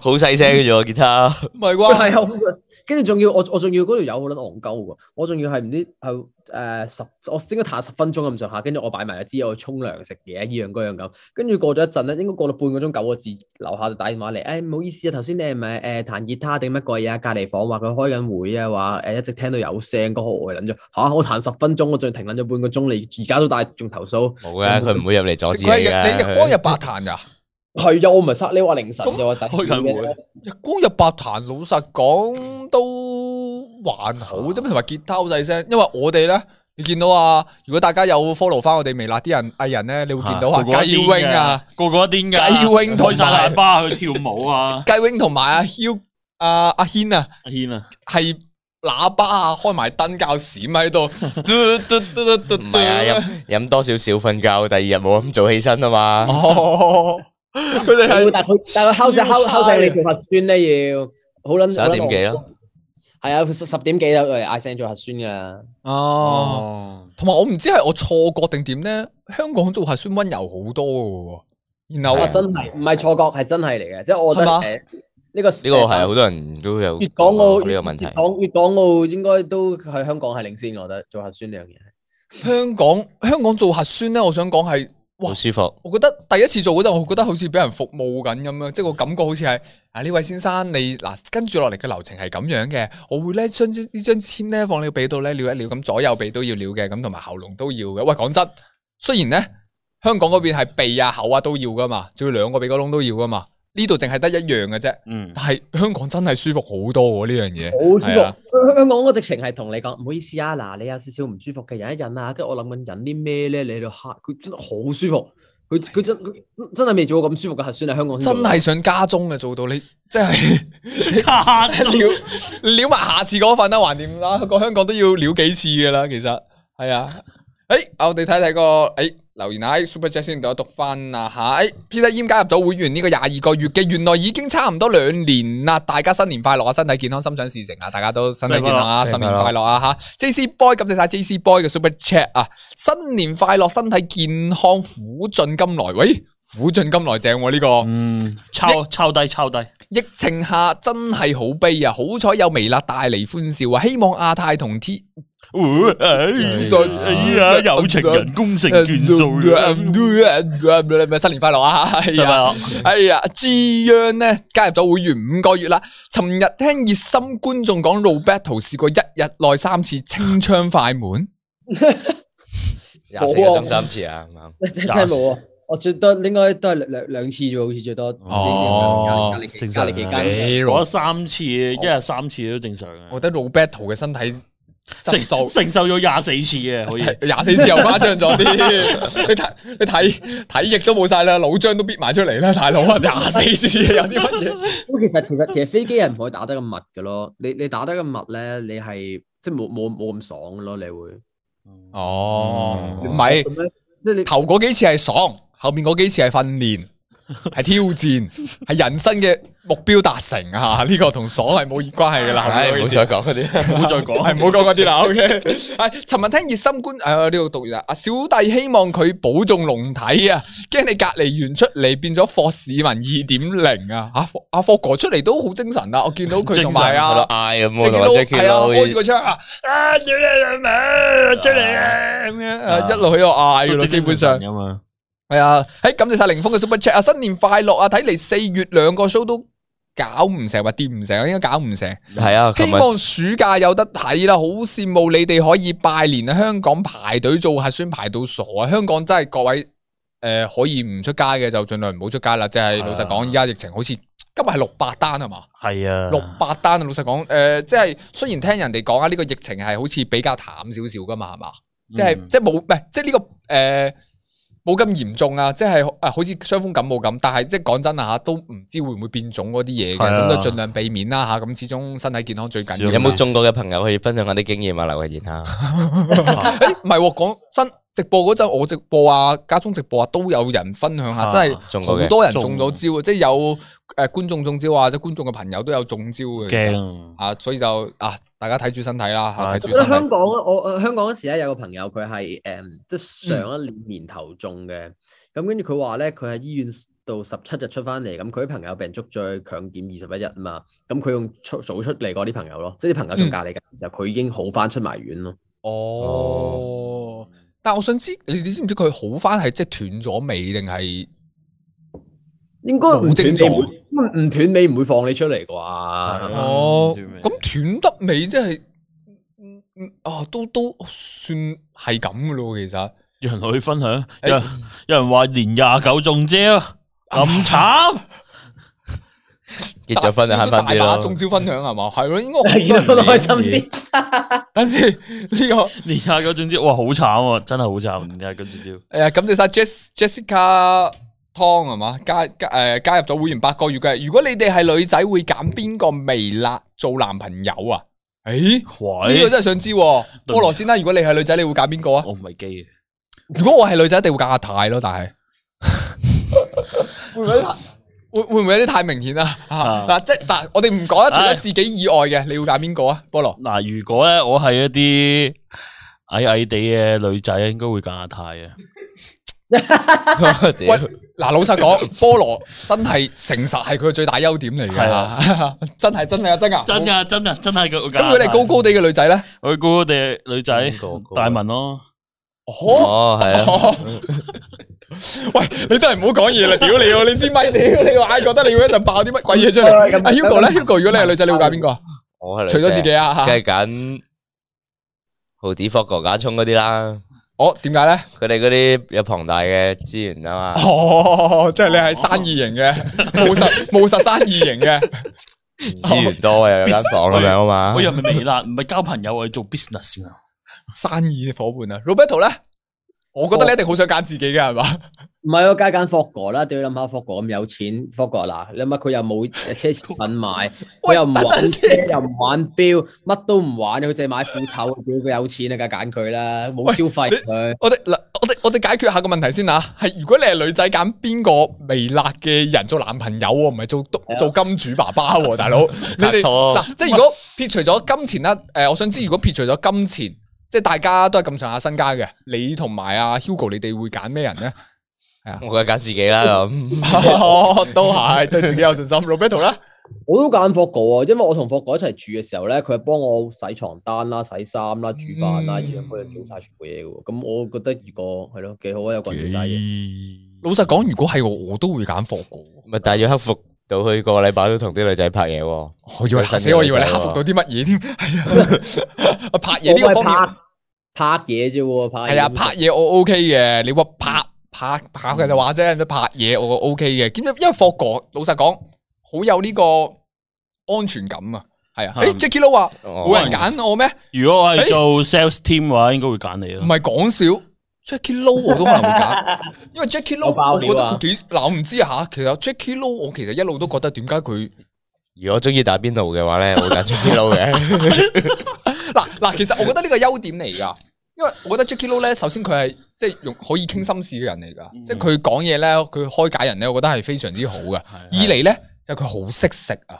Speaker 4: 好細聲嘅啫喎，吉他。
Speaker 1: 係
Speaker 2: 喂，
Speaker 1: 啩？
Speaker 2: 係啊，我跟住仲要我我仲要嗰條友好撚戇鳩喎，我仲要係唔知係誒十，我應該彈十分鐘咁上下，跟住我擺埋一支，我去沖涼食嘢，依樣嗰樣咁，跟住過咗一陣咧，應該過到半個鐘九個字，樓下就打電話嚟，誒、唔好意思啊，頭先你係咪誒彈吉他定乜鬼嘢啊？隔離房話佢開緊會啊，話誒、一直聽到有聲，嗰個我係撚咗嚇，我彈十分鐘，我仲停撚咗半個鐘，你而家都帶仲投訴，
Speaker 4: 冇嘅，佢唔會入嚟阻止
Speaker 1: 佢係
Speaker 4: 你
Speaker 1: 日你
Speaker 4: 嘅。
Speaker 1: 日光日白彈噶。
Speaker 2: 係啊，我唔係殺你話凌晨就話
Speaker 3: 開緊會
Speaker 1: 日光日白彈，老實講都還好啫，同埋吉他好細聲。因為我哋咧，你見到啊，如果大家有 follow 翻我哋微辣啲人藝人咧，你會見到啊，
Speaker 3: 個個
Speaker 1: 雞
Speaker 3: 一癲
Speaker 1: wing 啊，
Speaker 3: 嘅，个个一癫噶，
Speaker 1: 雞 wing 同
Speaker 3: 推晒
Speaker 1: 埋
Speaker 3: 喇叭去跳舞啊，
Speaker 1: 雞 wing 同埋阿 Hugh 啊阿軒啊，
Speaker 3: 阿軒啊，
Speaker 1: 係喇叭啊，開埋燈教閃喺度，
Speaker 4: 唔係啊，飲飲多少少瞓覺，第二日冇咁早起身啊嘛。
Speaker 1: 哦， 佢哋
Speaker 2: 但
Speaker 1: 係
Speaker 2: 佢但佢敲仔敲敲仔你 做核酸咧要好撚
Speaker 4: 11點
Speaker 2: 啊
Speaker 4: 幾咯，
Speaker 2: 係啊，佢十十點幾就嚟嗌聲做核酸噶。
Speaker 1: 哦，同埋我唔知係我錯覺定點咧，香港做核酸温柔好多嘅喎，然後
Speaker 4: 係
Speaker 2: 啊，
Speaker 4: 啊
Speaker 2: 真係唔係錯覺，係真係嚟嘅，即係我覺得
Speaker 1: 係嘛
Speaker 2: 誒呢個
Speaker 4: 呢個係好多人都有
Speaker 2: 粵港澳
Speaker 4: 講呢個問題
Speaker 2: 粵。港粵港澳應該都喺香港係領先，我覺得做核酸呢樣嘢。
Speaker 1: 香港香港做核酸咧，我想講係哇
Speaker 4: 好。舒服，
Speaker 1: 我覺得第一次做嗰陣，我覺得好似俾人服務緊咁樣，即係個感覺好似係啊呢位先生，你嗱跟住落嚟嘅流程係咁樣嘅，我會咧將呢張籤咧放你個鼻度咧撩一撩，咁左右鼻都要撩嘅，咁同埋喉嚨都要嘅。喂，講真，雖然咧香港嗰邊係鼻啊口啊都要噶嘛，仲要兩個鼻哥窿都要噶嘛，呢度淨係得一樣嘅啫。
Speaker 3: 嗯，
Speaker 1: 但係香港真係舒服好多喎呢樣嘢。
Speaker 2: 好舒服，
Speaker 1: 係啊
Speaker 2: 香香港嗰直情係同你講，唔好意思啊，嗱，你有少少唔舒服嘅，忍一忍啊。跟住我諗緊忍啲咩咧，你喺度嚇，佢真係好舒服，佢佢真佢真係未做過咁舒服嘅核酸喺香港先
Speaker 1: 真
Speaker 2: 做到。
Speaker 1: 係想家中嘅做到你，即係
Speaker 3: 卡中
Speaker 1: 撩撩埋下次嗰份啦，橫掂啦，個香港都要撩幾次噶啦，其實係啊。诶、我哋睇睇個诶、留言啊喺，Super Chat 先，等我讀翻啊吓。诶、Peter 煙加入咗會員呢個廿二個月嘅，原來已經差唔多兩年啦。大家新年快樂啊，身體健康，心想事成啊，大家都身體健康啊，
Speaker 4: 新
Speaker 1: 新
Speaker 4: 年快樂
Speaker 1: 年快樂啊吓。JC Boy 感謝晒 JC Boy 嘅 Super Chat 啊，新年快樂，身體健康，苦盡甘來。喂，苦盡甘來正喎、呢、個。
Speaker 3: 嗯，抄抄低抄低，
Speaker 1: 疫情下真係好悲啊！好彩有微辣帶嚟歡笑啊！希望亞太同 T
Speaker 3: 哎呀，有情人功成眷屬
Speaker 1: 新年快樂啊！
Speaker 3: 係咪啊？
Speaker 1: 哎呀，之央呢加入咗會員五個月啦。尋日聽熱心觀眾講 Roberto 試過一日內三次清槍快門，
Speaker 4: 廿四個鐘三次啊，啱啱
Speaker 2: 真真係冇啊！我最多應該都係兩兩兩次啫，好似最多。
Speaker 1: 哦
Speaker 2: 隔離幾
Speaker 3: 正
Speaker 2: 隔
Speaker 3: 常啊
Speaker 2: 離幾間。
Speaker 1: 你
Speaker 3: 我三次，一日三次都正常嘅。
Speaker 1: 我覺得 Roberto 嘅身體質素
Speaker 3: 承。承受咗廿四次嘅，可以
Speaker 1: 廿四次又誇張咗啲，你睇你睇體液都冇晒啦，腦漿都逼埋出嚟啦，大佬啊！廿四次有啲乜嘢？
Speaker 2: 咁其實其實其實飛機係唔可以打得咁密嘅咯，你你打得咁密咧，你係即係冇冇冇咁爽咯，你會
Speaker 1: 哦，
Speaker 2: 嗯
Speaker 1: 唔係
Speaker 2: 咁樣即係你
Speaker 1: 頭嗰幾次係爽，後面嗰幾次係訓練，係挑戰，係人生嘅目標達成啊！呢個同爽係冇關係噶啦。
Speaker 4: 唉，
Speaker 1: 後面
Speaker 4: 唔
Speaker 1: 嗰
Speaker 4: 好
Speaker 1: 幾 次
Speaker 4: 再講嗰啲。
Speaker 3: 唔好再講。
Speaker 1: 系唔好講嗰啲啦，OK。係， 尋日聽熱心觀诶呢度讀完啦，啊小弟希望佢保重龍體啊，驚你隔離完出嚟變咗霍市民二點零啊，阿霍阿霍哥出嚟都好精神啊，我見到佢同埋
Speaker 4: 喺
Speaker 1: 啊
Speaker 4: 度。嗌咁，我
Speaker 1: 正見
Speaker 4: 同阿
Speaker 1: 到
Speaker 4: Jackie
Speaker 1: 係啊，
Speaker 4: Lau
Speaker 1: 開住個窗啊！啊，屌你老味，出嚟啊！咁樣啊，一路喺度嗌噶
Speaker 3: 都
Speaker 1: 咯，基
Speaker 3: 精精
Speaker 1: 本
Speaker 3: 神
Speaker 1: 上
Speaker 3: 神。咁嘛，
Speaker 1: 系啊，喺感謝晒凌峰嘅 super chat 啊，新年快樂啊！睇嚟四月兩個 show 都搞唔成，或掂唔成，應該搞唔成。
Speaker 4: 係啊，琴
Speaker 1: 希望
Speaker 4: 日
Speaker 1: 暑假有得睇啦，好羨慕你哋可以拜年啊！香港排隊做核酸排到傻啊！香港真係各位诶、呃可以唔出街嘅就盡量唔好出街啦。即係
Speaker 3: 啊
Speaker 1: 老實講，而家疫情好似今日係六百單啊嘛，
Speaker 3: 係啊，
Speaker 1: 六百單啊！老實講，诶、即係雖然聽人哋講啊，呢、個疫情係好似比較淡少少噶嘛，係嘛？
Speaker 4: 嗯
Speaker 1: 即係即係冇唔係即係呢個诶冇咁嚴重啊！即係啊，好似傷風感冒咁，但係即係講真啊吓，都唔知會唔會變種嗰啲嘢嘅，
Speaker 3: 係啊
Speaker 1: 咁就盡量避免啦吓。咁始終身體健康最緊要。
Speaker 4: 有冇中國嘅朋友可以分享下啲經驗啊？留個 言下。
Speaker 1: 诶，唔係喎，講真，直播嗰陣我直播啊，家中直播啊，都有人分享下，
Speaker 3: 啊
Speaker 1: 真係
Speaker 4: 中過嘅
Speaker 1: 好多人中咗招啊！即係有诶觀眾中招啊，或者觀眾嘅朋友都有中招嘅。其實
Speaker 3: 驚
Speaker 1: 啊，所以就啊，大家睇住身體啦，嚇
Speaker 3: 啊
Speaker 1: 睇
Speaker 2: 我
Speaker 1: 住
Speaker 2: 覺得
Speaker 1: 身體
Speaker 2: 香。港我我香港嗰時咧有個朋友佢係誒即係上一年年頭中嘅，咁跟住佢話咧佢喺醫院度十七日出翻嚟，咁佢啲朋友俾人捉咗去強檢二十一日啊嘛，咁佢用出早出嚟嗰啲朋友咯，即係啲朋友仲隔離緊，其實佢已經好翻出埋院咯。
Speaker 1: 哦，但我想知你哋知唔知佢好翻係即係斷咗尾定係？
Speaker 2: 應該唔
Speaker 1: 冇症
Speaker 2: 斷
Speaker 1: 狀
Speaker 2: 尾唔會唔斷尾唔會放你出嚟
Speaker 4: 嗯
Speaker 2: 啩？
Speaker 1: 哦，
Speaker 3: 斷尾
Speaker 1: 咁斷得尾即係，嗯嗯啊，都都算係咁噶咯，其實。
Speaker 3: 有人去分享，
Speaker 1: 誒
Speaker 3: 有人有人話年廿九中招咁慘，
Speaker 4: 结咗婚就悭翻啲
Speaker 1: 大把
Speaker 4: 咯
Speaker 1: 中。招分享系嘛？系咯，应 该
Speaker 2: 系咯，開心啲。
Speaker 1: 跟住呢個
Speaker 3: 連下嗰轉招，哇，好惨啊，真係好惨！連下嗰轉招，
Speaker 1: 诶，感謝晒 Jess Jessica Tong 係嘛？加加诶、加入咗會員八個月嘅。如果你哋係女仔，會揀邊個微辣做男朋友啊？诶、
Speaker 3: 喂，
Speaker 1: 呢個真係想知、喎。菠蘿先啦。如果你係女仔，你會揀邊 個啊？
Speaker 3: 我唔係基嘅，
Speaker 1: 如果我係女仔，一定會揀阿泰咯。但 係會唔會太會會唔會有啲太明顯啊？啊
Speaker 3: 啊
Speaker 1: 嗱、即係但我哋唔講啦，除
Speaker 3: 唉
Speaker 1: 咗自己以外嘅，你會揀邊個啊？菠蘿
Speaker 3: 嗱，如果咧我係一啲矮矮地嘅女仔，應該會揀阿泰啊嘅。
Speaker 1: 喂，嗱，老實 講，菠蘿真係誠實係佢最大優點嚟
Speaker 3: 係啊
Speaker 1: 嘅， 真係真係啊真噶
Speaker 3: 真噶，真噶，真係佢。
Speaker 1: 咁佢哋高高地嘅女仔咧，
Speaker 3: 佢高高地女仔
Speaker 4: 邊個高
Speaker 3: 大
Speaker 4: 啊
Speaker 3: 文咯，
Speaker 1: 哦，
Speaker 4: 哦，系啊，
Speaker 1: 喂，你都係唔好講嘢啦，屌你喎！你支咪，屌你個嗌覺得你要一陣爆啲乜鬼嘢出嚟？
Speaker 2: 喂咁
Speaker 1: 阿 Hugo 咧
Speaker 2: 咁
Speaker 1: ，Hugo 如果你係女仔，你會揀邊個？
Speaker 4: 我系
Speaker 1: 除咗自己，啊，
Speaker 4: 梗
Speaker 1: 嚇
Speaker 4: 系拣豪迪、霍哥、假聪嗰啲啦。
Speaker 1: 我哦點解咧？
Speaker 4: 佢哋嗰啲有龐大嘅資源啊嘛，
Speaker 1: 哦，即係你係生意型嘅，務實務實生意型嘅，
Speaker 4: 資源多啊，有間房咁樣啊
Speaker 3: 我
Speaker 4: 嘛。
Speaker 3: 哎又唔係微辣，唔係交朋友，我係做 business 噶。
Speaker 1: 生意伙伴啊。Roberto 咧，我覺得你一定好想揀自己嘅係嘛？
Speaker 2: 唔係我街間霍哥啦，屌你諗下霍哥咁有錢，霍哥嗱，你諗下佢又 冇呃奢侈品買，佢又唔玩車，又唔玩表，乜都唔玩，佢淨係買褲頭，屌佢有錢啊，梗係揀佢啦，冇消費佢。
Speaker 1: 我哋嗱，我哋我哋解決下個問題先啊。係如果你係女仔揀邊個微辣嘅人做男朋友喎，唔係做督
Speaker 2: 係啊
Speaker 1: 做金主爸爸 喎，大佬。你哋
Speaker 4: 拍拖
Speaker 1: 嗱，即係如果撇除咗金錢啦，诶，我想知如果撇除咗金錢，即係大家都係咁上下身家嘅，你同埋阿 Hugo，你哋會揀咩人 咧？
Speaker 4: 我梗係揀自己啦咁，
Speaker 1: 哦，都係對自己有信心。Roberto 啦，
Speaker 2: 我都揀霍哥喎，因為我同霍哥一齊住嘅時候咧，佢係幫我洗床單啦、洗衫啦、煮飯啦，
Speaker 1: 嗯
Speaker 2: 依樣佢就做晒全部嘢嘅喎。咁我覺得如果係咯幾好啊，有個人做晒嘢。
Speaker 1: 老實講，如果係我，我都會揀霍哥。
Speaker 4: 咪但係要克服到去個禮拜都同啲女仔拍嘢喎。
Speaker 1: 我以為嚇死我，以為你克服到啲乜嘢 添？係啊， 拍嘢呢個方面。
Speaker 2: 拍嘢啫喎，拍嘢
Speaker 1: 系啊，拍嘢我 OK 嘅，你话拍拍拍嘅就话啫，你拍嘢我 OK 嘅。兼因為霍哥老實講，好有呢個安全感啊。係啊，
Speaker 3: 嗯
Speaker 1: 诶，Jackie Lou 話
Speaker 2: 哦
Speaker 4: 冇
Speaker 1: 冇人揀我咩？
Speaker 3: 如果我係做 sales team 嘅話，應該會揀你
Speaker 1: 哎唔
Speaker 2: 嗯
Speaker 3: 咯。
Speaker 1: 係講笑，Jackie Lou 我都可能會揀，因為 Jackie Lou
Speaker 2: 我爆
Speaker 1: 我覺
Speaker 2: 料
Speaker 1: 得
Speaker 2: 啊
Speaker 1: 佢幾嗱，我唔知吓。其實 Jackie Lou 我其實一路都覺得點解佢
Speaker 4: 如果中意打邊爐嘅話咧， 我會揀中意撈嘅。
Speaker 1: 嗱嗱，其實我覺得呢個優點嚟㗎，因為我覺得 Jackie Lou 咧，首先佢係即係用可以傾心事嘅人嚟
Speaker 2: 嗯
Speaker 1: 㗎，即係佢講嘢咧，佢開解人咧，我覺得係非常之好嘅。二
Speaker 3: 係
Speaker 1: 嚟咧就佢好識食啊，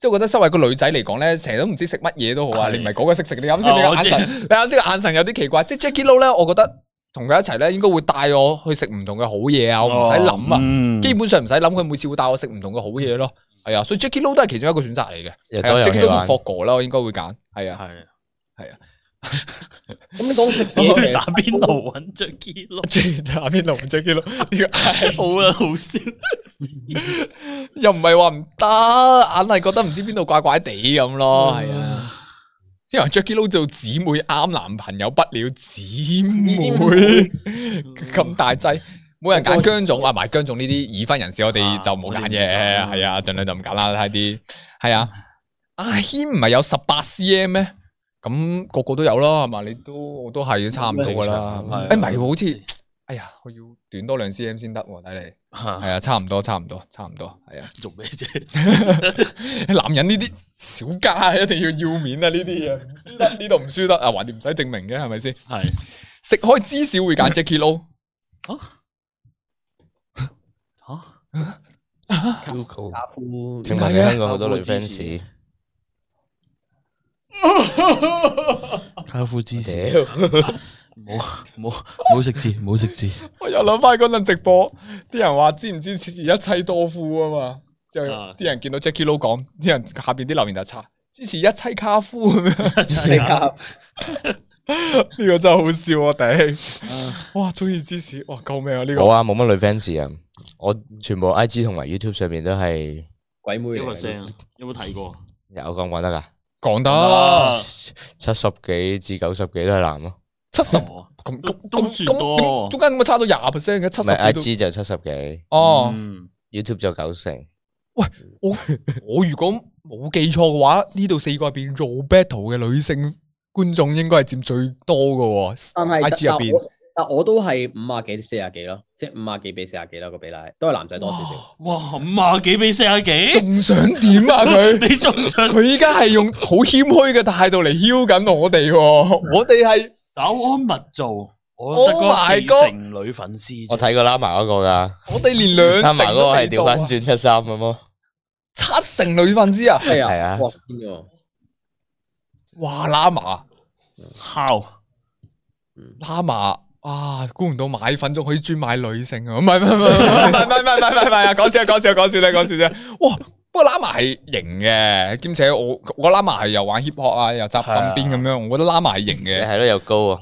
Speaker 1: 即係我覺得身為個女仔嚟講咧，成日都唔知食乜嘢都好啊。你
Speaker 3: 係
Speaker 1: 唔係嗰個識食，你啱先你個
Speaker 3: 哦我
Speaker 1: 眼
Speaker 3: 知
Speaker 1: 神， 你啱先個眼神有啲奇怪。即係 Jackie Lou 咧，我覺得同佢一齊咧，應該會帶我去食唔同嘅好嘢
Speaker 3: 哦
Speaker 1: 啊，我唔使諗啊，
Speaker 3: 啊
Speaker 1: 基本上唔使諗，佢每次會帶我食唔同嘅好嘢咯。係啊，所以 Jackie Lou 都係其中一個選擇嚟嘅。
Speaker 4: 又
Speaker 1: 係
Speaker 4: 多
Speaker 1: 啊
Speaker 4: 遊
Speaker 1: Jackie
Speaker 4: 戲
Speaker 1: Lou 同
Speaker 4: 玩，
Speaker 1: 霍哥啦，我應該會揀。係 啊，
Speaker 3: 係。
Speaker 2: 咁你講食
Speaker 3: 我
Speaker 2: 嘢
Speaker 3: 去打邊爐揾着 key 咯，
Speaker 1: 打邊爐同 Jackie Lou，
Speaker 3: 好啊，好 笑。
Speaker 1: 又唔係話唔得，硬係覺得唔知邊度怪怪地咁咯。係啊。因为 Jackie Lou 做姊妹啱男朋友不了姊妹 咁大剂，冇人拣姜总啊，埋姜总呢啲已婚人士，我哋就冇拣
Speaker 3: 啊
Speaker 1: 嘅，系啊，尽量就唔拣啦，睇下啲系啊。阿轩唔系有十八 cm 咩？咁个个都有啦，系嘛？你都我都系差唔多噶啦
Speaker 4: 正
Speaker 3: 常。
Speaker 1: 诶，唔系，好似哎呀，我要短多兩 cm 先得喎，睇嚟系啊，差唔多，差唔多，差唔多，系啊。
Speaker 3: 做咩啫？
Speaker 1: 男人呢啲小家一定要要面啊！呢啲嘢唔輸得，呢度唔輸得啊！橫掂唔使證明嘅，係咪先？
Speaker 3: 系
Speaker 1: 食開芝士 會揀 Jackie Lou，
Speaker 3: 吓，
Speaker 4: Hugo
Speaker 2: 打呼
Speaker 4: 證明你香港好多女 fans。
Speaker 3: 卡夫芝士，
Speaker 4: 屌，
Speaker 3: 冇冇冇食字，冇食字。
Speaker 1: 我又哎諗翻嗰陣直播，啲人話支唔支持一妻多夫啊嘛？之後
Speaker 3: 啊
Speaker 1: 啲人見到 Jackie Lou 講，啲人下邊啲留言就差支持一妻卡夫咁樣，
Speaker 2: 你
Speaker 1: 啊
Speaker 2: 啊夾
Speaker 1: 呢個真係好笑啊！頂，
Speaker 3: 啊
Speaker 1: 哇，中意芝士，哇，救命啊！呢個
Speaker 4: 冇啊，冇乜女 fans 啊，我全部 I G 同埋 YouTube 上面都係
Speaker 2: 鬼妹
Speaker 3: 呢
Speaker 2: 嚟
Speaker 3: 個
Speaker 2: 嘅。
Speaker 3: 聲啊有冇睇過？
Speaker 4: 有咁玩得㗎，
Speaker 1: 講得
Speaker 4: 七十幾至九十幾都係男咯，
Speaker 1: 七十咁
Speaker 3: 哦
Speaker 1: 咁
Speaker 3: 都
Speaker 1: 咁
Speaker 3: 算
Speaker 1: 咁，
Speaker 3: 多
Speaker 1: 中間咁啊差到廿 percent 嘅七
Speaker 4: 唔係 I
Speaker 1: 十幾
Speaker 4: G 就七十幾
Speaker 1: 都哦。
Speaker 3: 嗯
Speaker 4: ，YouTube 就九成。
Speaker 1: 喂，我我如果冇記錯嘅話，呢度四個入边 Roberto 嘅女性觀眾應該係佔最多嘅喎。
Speaker 4: 啊
Speaker 2: 但係
Speaker 1: IG 入
Speaker 2: 但
Speaker 1: 邊
Speaker 2: 我但我都係五啊幾四啊幾咯，即係五啊幾比四啊幾啦個比例，都係男仔多少少。
Speaker 3: 哇，五啊幾比四啊幾？
Speaker 1: 仲想點啊佢？
Speaker 3: 你仲想
Speaker 1: 佢依家係用好謙虛嘅態度嚟囂緊我 哋喎，我哋係
Speaker 3: 稍安勿躁？我得
Speaker 1: Oh my
Speaker 3: 嗰四成女粉絲
Speaker 4: 我
Speaker 3: 啫，
Speaker 4: 睇過拉埋嗰個㗎，
Speaker 1: 我哋連兩
Speaker 4: 拉埋
Speaker 1: 成
Speaker 4: 嗰
Speaker 1: 都
Speaker 4: 個
Speaker 1: 未
Speaker 4: 係調
Speaker 1: 到
Speaker 4: 翻
Speaker 1: 啊，
Speaker 4: 轉七三咁咯。
Speaker 1: 七成女粉絲啊！
Speaker 2: 係
Speaker 4: 係啊
Speaker 2: 哇癲喎！
Speaker 1: 哇，拉麻
Speaker 3: 敲
Speaker 1: 拉麻啊！估唔到買粉仲可以專買女性啊！唔係唔係唔係唔係唔係唔係唔係唔係唔係啊！講笑講笑講笑咧講笑啫！哇！不過拉麻係型嘅，兼且我我拉麻係又玩 hip hop 啊，又紮
Speaker 3: 係啊
Speaker 1: 瞓邊咁樣，我覺得拉麻係型嘅，
Speaker 4: 係咯，又高啊，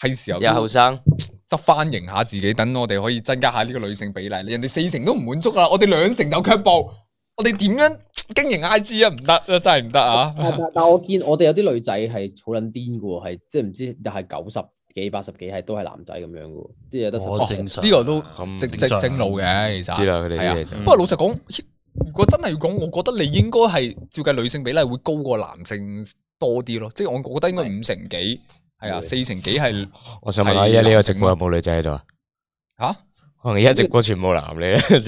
Speaker 1: 係時候
Speaker 4: 又後生，
Speaker 1: 执翻型下自己，等我哋可以增加下呢個女性比例。人哋四成都唔滿足啦，我哋兩成就卻步。我哋點樣經營 I G 啊？唔得，真係唔得啊！
Speaker 2: 但但但我見我哋有啲女仔係好撚癲嘅喎，係即係唔知又係九十幾、八十幾，係都係男仔咁樣嘅喎，即係有得十
Speaker 3: 我
Speaker 2: 幾
Speaker 3: 正常
Speaker 1: 呢個都正
Speaker 4: 咁
Speaker 3: 正
Speaker 1: 正
Speaker 3: 常
Speaker 1: 正路嘅，其實
Speaker 4: 知啦佢哋
Speaker 1: 係啊
Speaker 4: 啲嘢就
Speaker 1: 不過老實講，如果真係要講，我覺得你應該係照計女性比例會高過男性多啲咯。即係我覺得應該五成幾，係啊，四成幾係
Speaker 4: 我想問下，依家呢個直播有冇女仔喺度啊？
Speaker 1: 吓。
Speaker 4: 可能而家直播全部男嚟，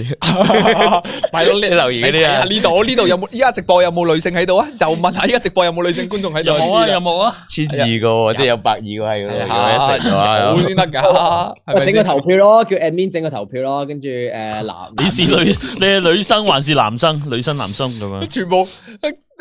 Speaker 1: 咪咯，你
Speaker 4: 留言嗰啲啊
Speaker 1: 睇下呢度呢度有冇？依家直播有冇女性喺度啊？就問下依家直播有冇女性觀眾喺度
Speaker 3: 有冇啊？
Speaker 1: 先
Speaker 3: 有
Speaker 1: 啦
Speaker 3: 冇啊？
Speaker 4: 千二個喎，即係有百二個喺嗰度，如果
Speaker 1: 啊
Speaker 4: 一成嘅話
Speaker 1: 有，先得噶，係
Speaker 2: 喂
Speaker 1: 咪
Speaker 2: 整個
Speaker 1: 先？
Speaker 2: 投票咯，叫 admin 整個投票咯，跟住誒 男
Speaker 3: 你是女，你係女生還是男生？女生男生咁樣。
Speaker 1: 全部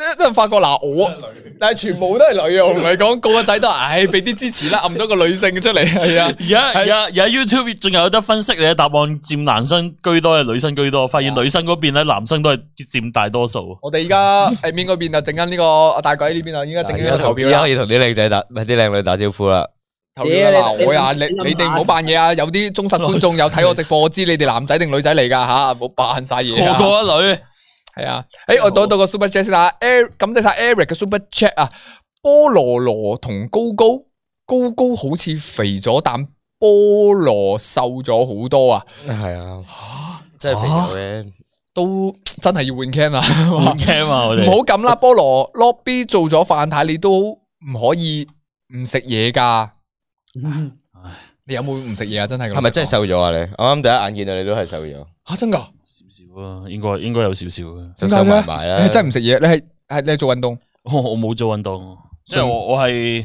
Speaker 1: 一陣發覺嗱，我但係全部都係女啊！我同你講，個個仔都係唉，俾啲支持啦，暗咗個女性出嚟，係啊，
Speaker 3: 而家而家而家 YouTube 仲有得分析你嘅答案佔男生居多，係女生居多。發現女生嗰邊咧，男生都係佔大多數。
Speaker 1: 我哋而 家喺面嗰邊啊就整緊呢個大鬼呢邊啊，依家整緊個投票
Speaker 4: 而家
Speaker 1: 啦
Speaker 4: 可，以同啲靚仔打，唔係啲靚女打招呼啦。
Speaker 1: 投票啦！
Speaker 2: 你
Speaker 1: 嗱，我呀，你
Speaker 2: 你
Speaker 1: 你哋唔好扮嘢啊！有啲忠實觀眾有睇我直播，我知你哋男仔定女仔嚟噶吓，唔好扮晒嘢
Speaker 3: 個
Speaker 1: 啊！
Speaker 3: 個一女，
Speaker 1: 系啊，诶，我到到个 super chat 先啦，Eric 感谢晒 Eric 嘅 super chat 啊，菠萝罗同高高，高高好似肥咗，但菠萝瘦咗好多啊，
Speaker 4: 係啊，真係肥咗咧。
Speaker 1: 都真系要啊换 cam 啦，
Speaker 3: 好驚啊！我
Speaker 1: 唔
Speaker 3: 哋
Speaker 1: 好咁啦，菠萝 lobby 做咗饭太，你都唔可以唔食嘢噶，你有冇唔食嘢啊？真系
Speaker 4: 係咪真係瘦咗啊？你我啱第一眼見到你都係瘦咗，
Speaker 1: 吓真噶？
Speaker 3: 少少啊，應該應該有少少嘅。
Speaker 4: 就
Speaker 1: 點解
Speaker 4: 收埋
Speaker 1: 咧
Speaker 4: 埋
Speaker 1: 你
Speaker 4: 啦。
Speaker 1: 係真係唔食嘢，你系系你系做运动，
Speaker 3: 我我冇做運動，即係我我係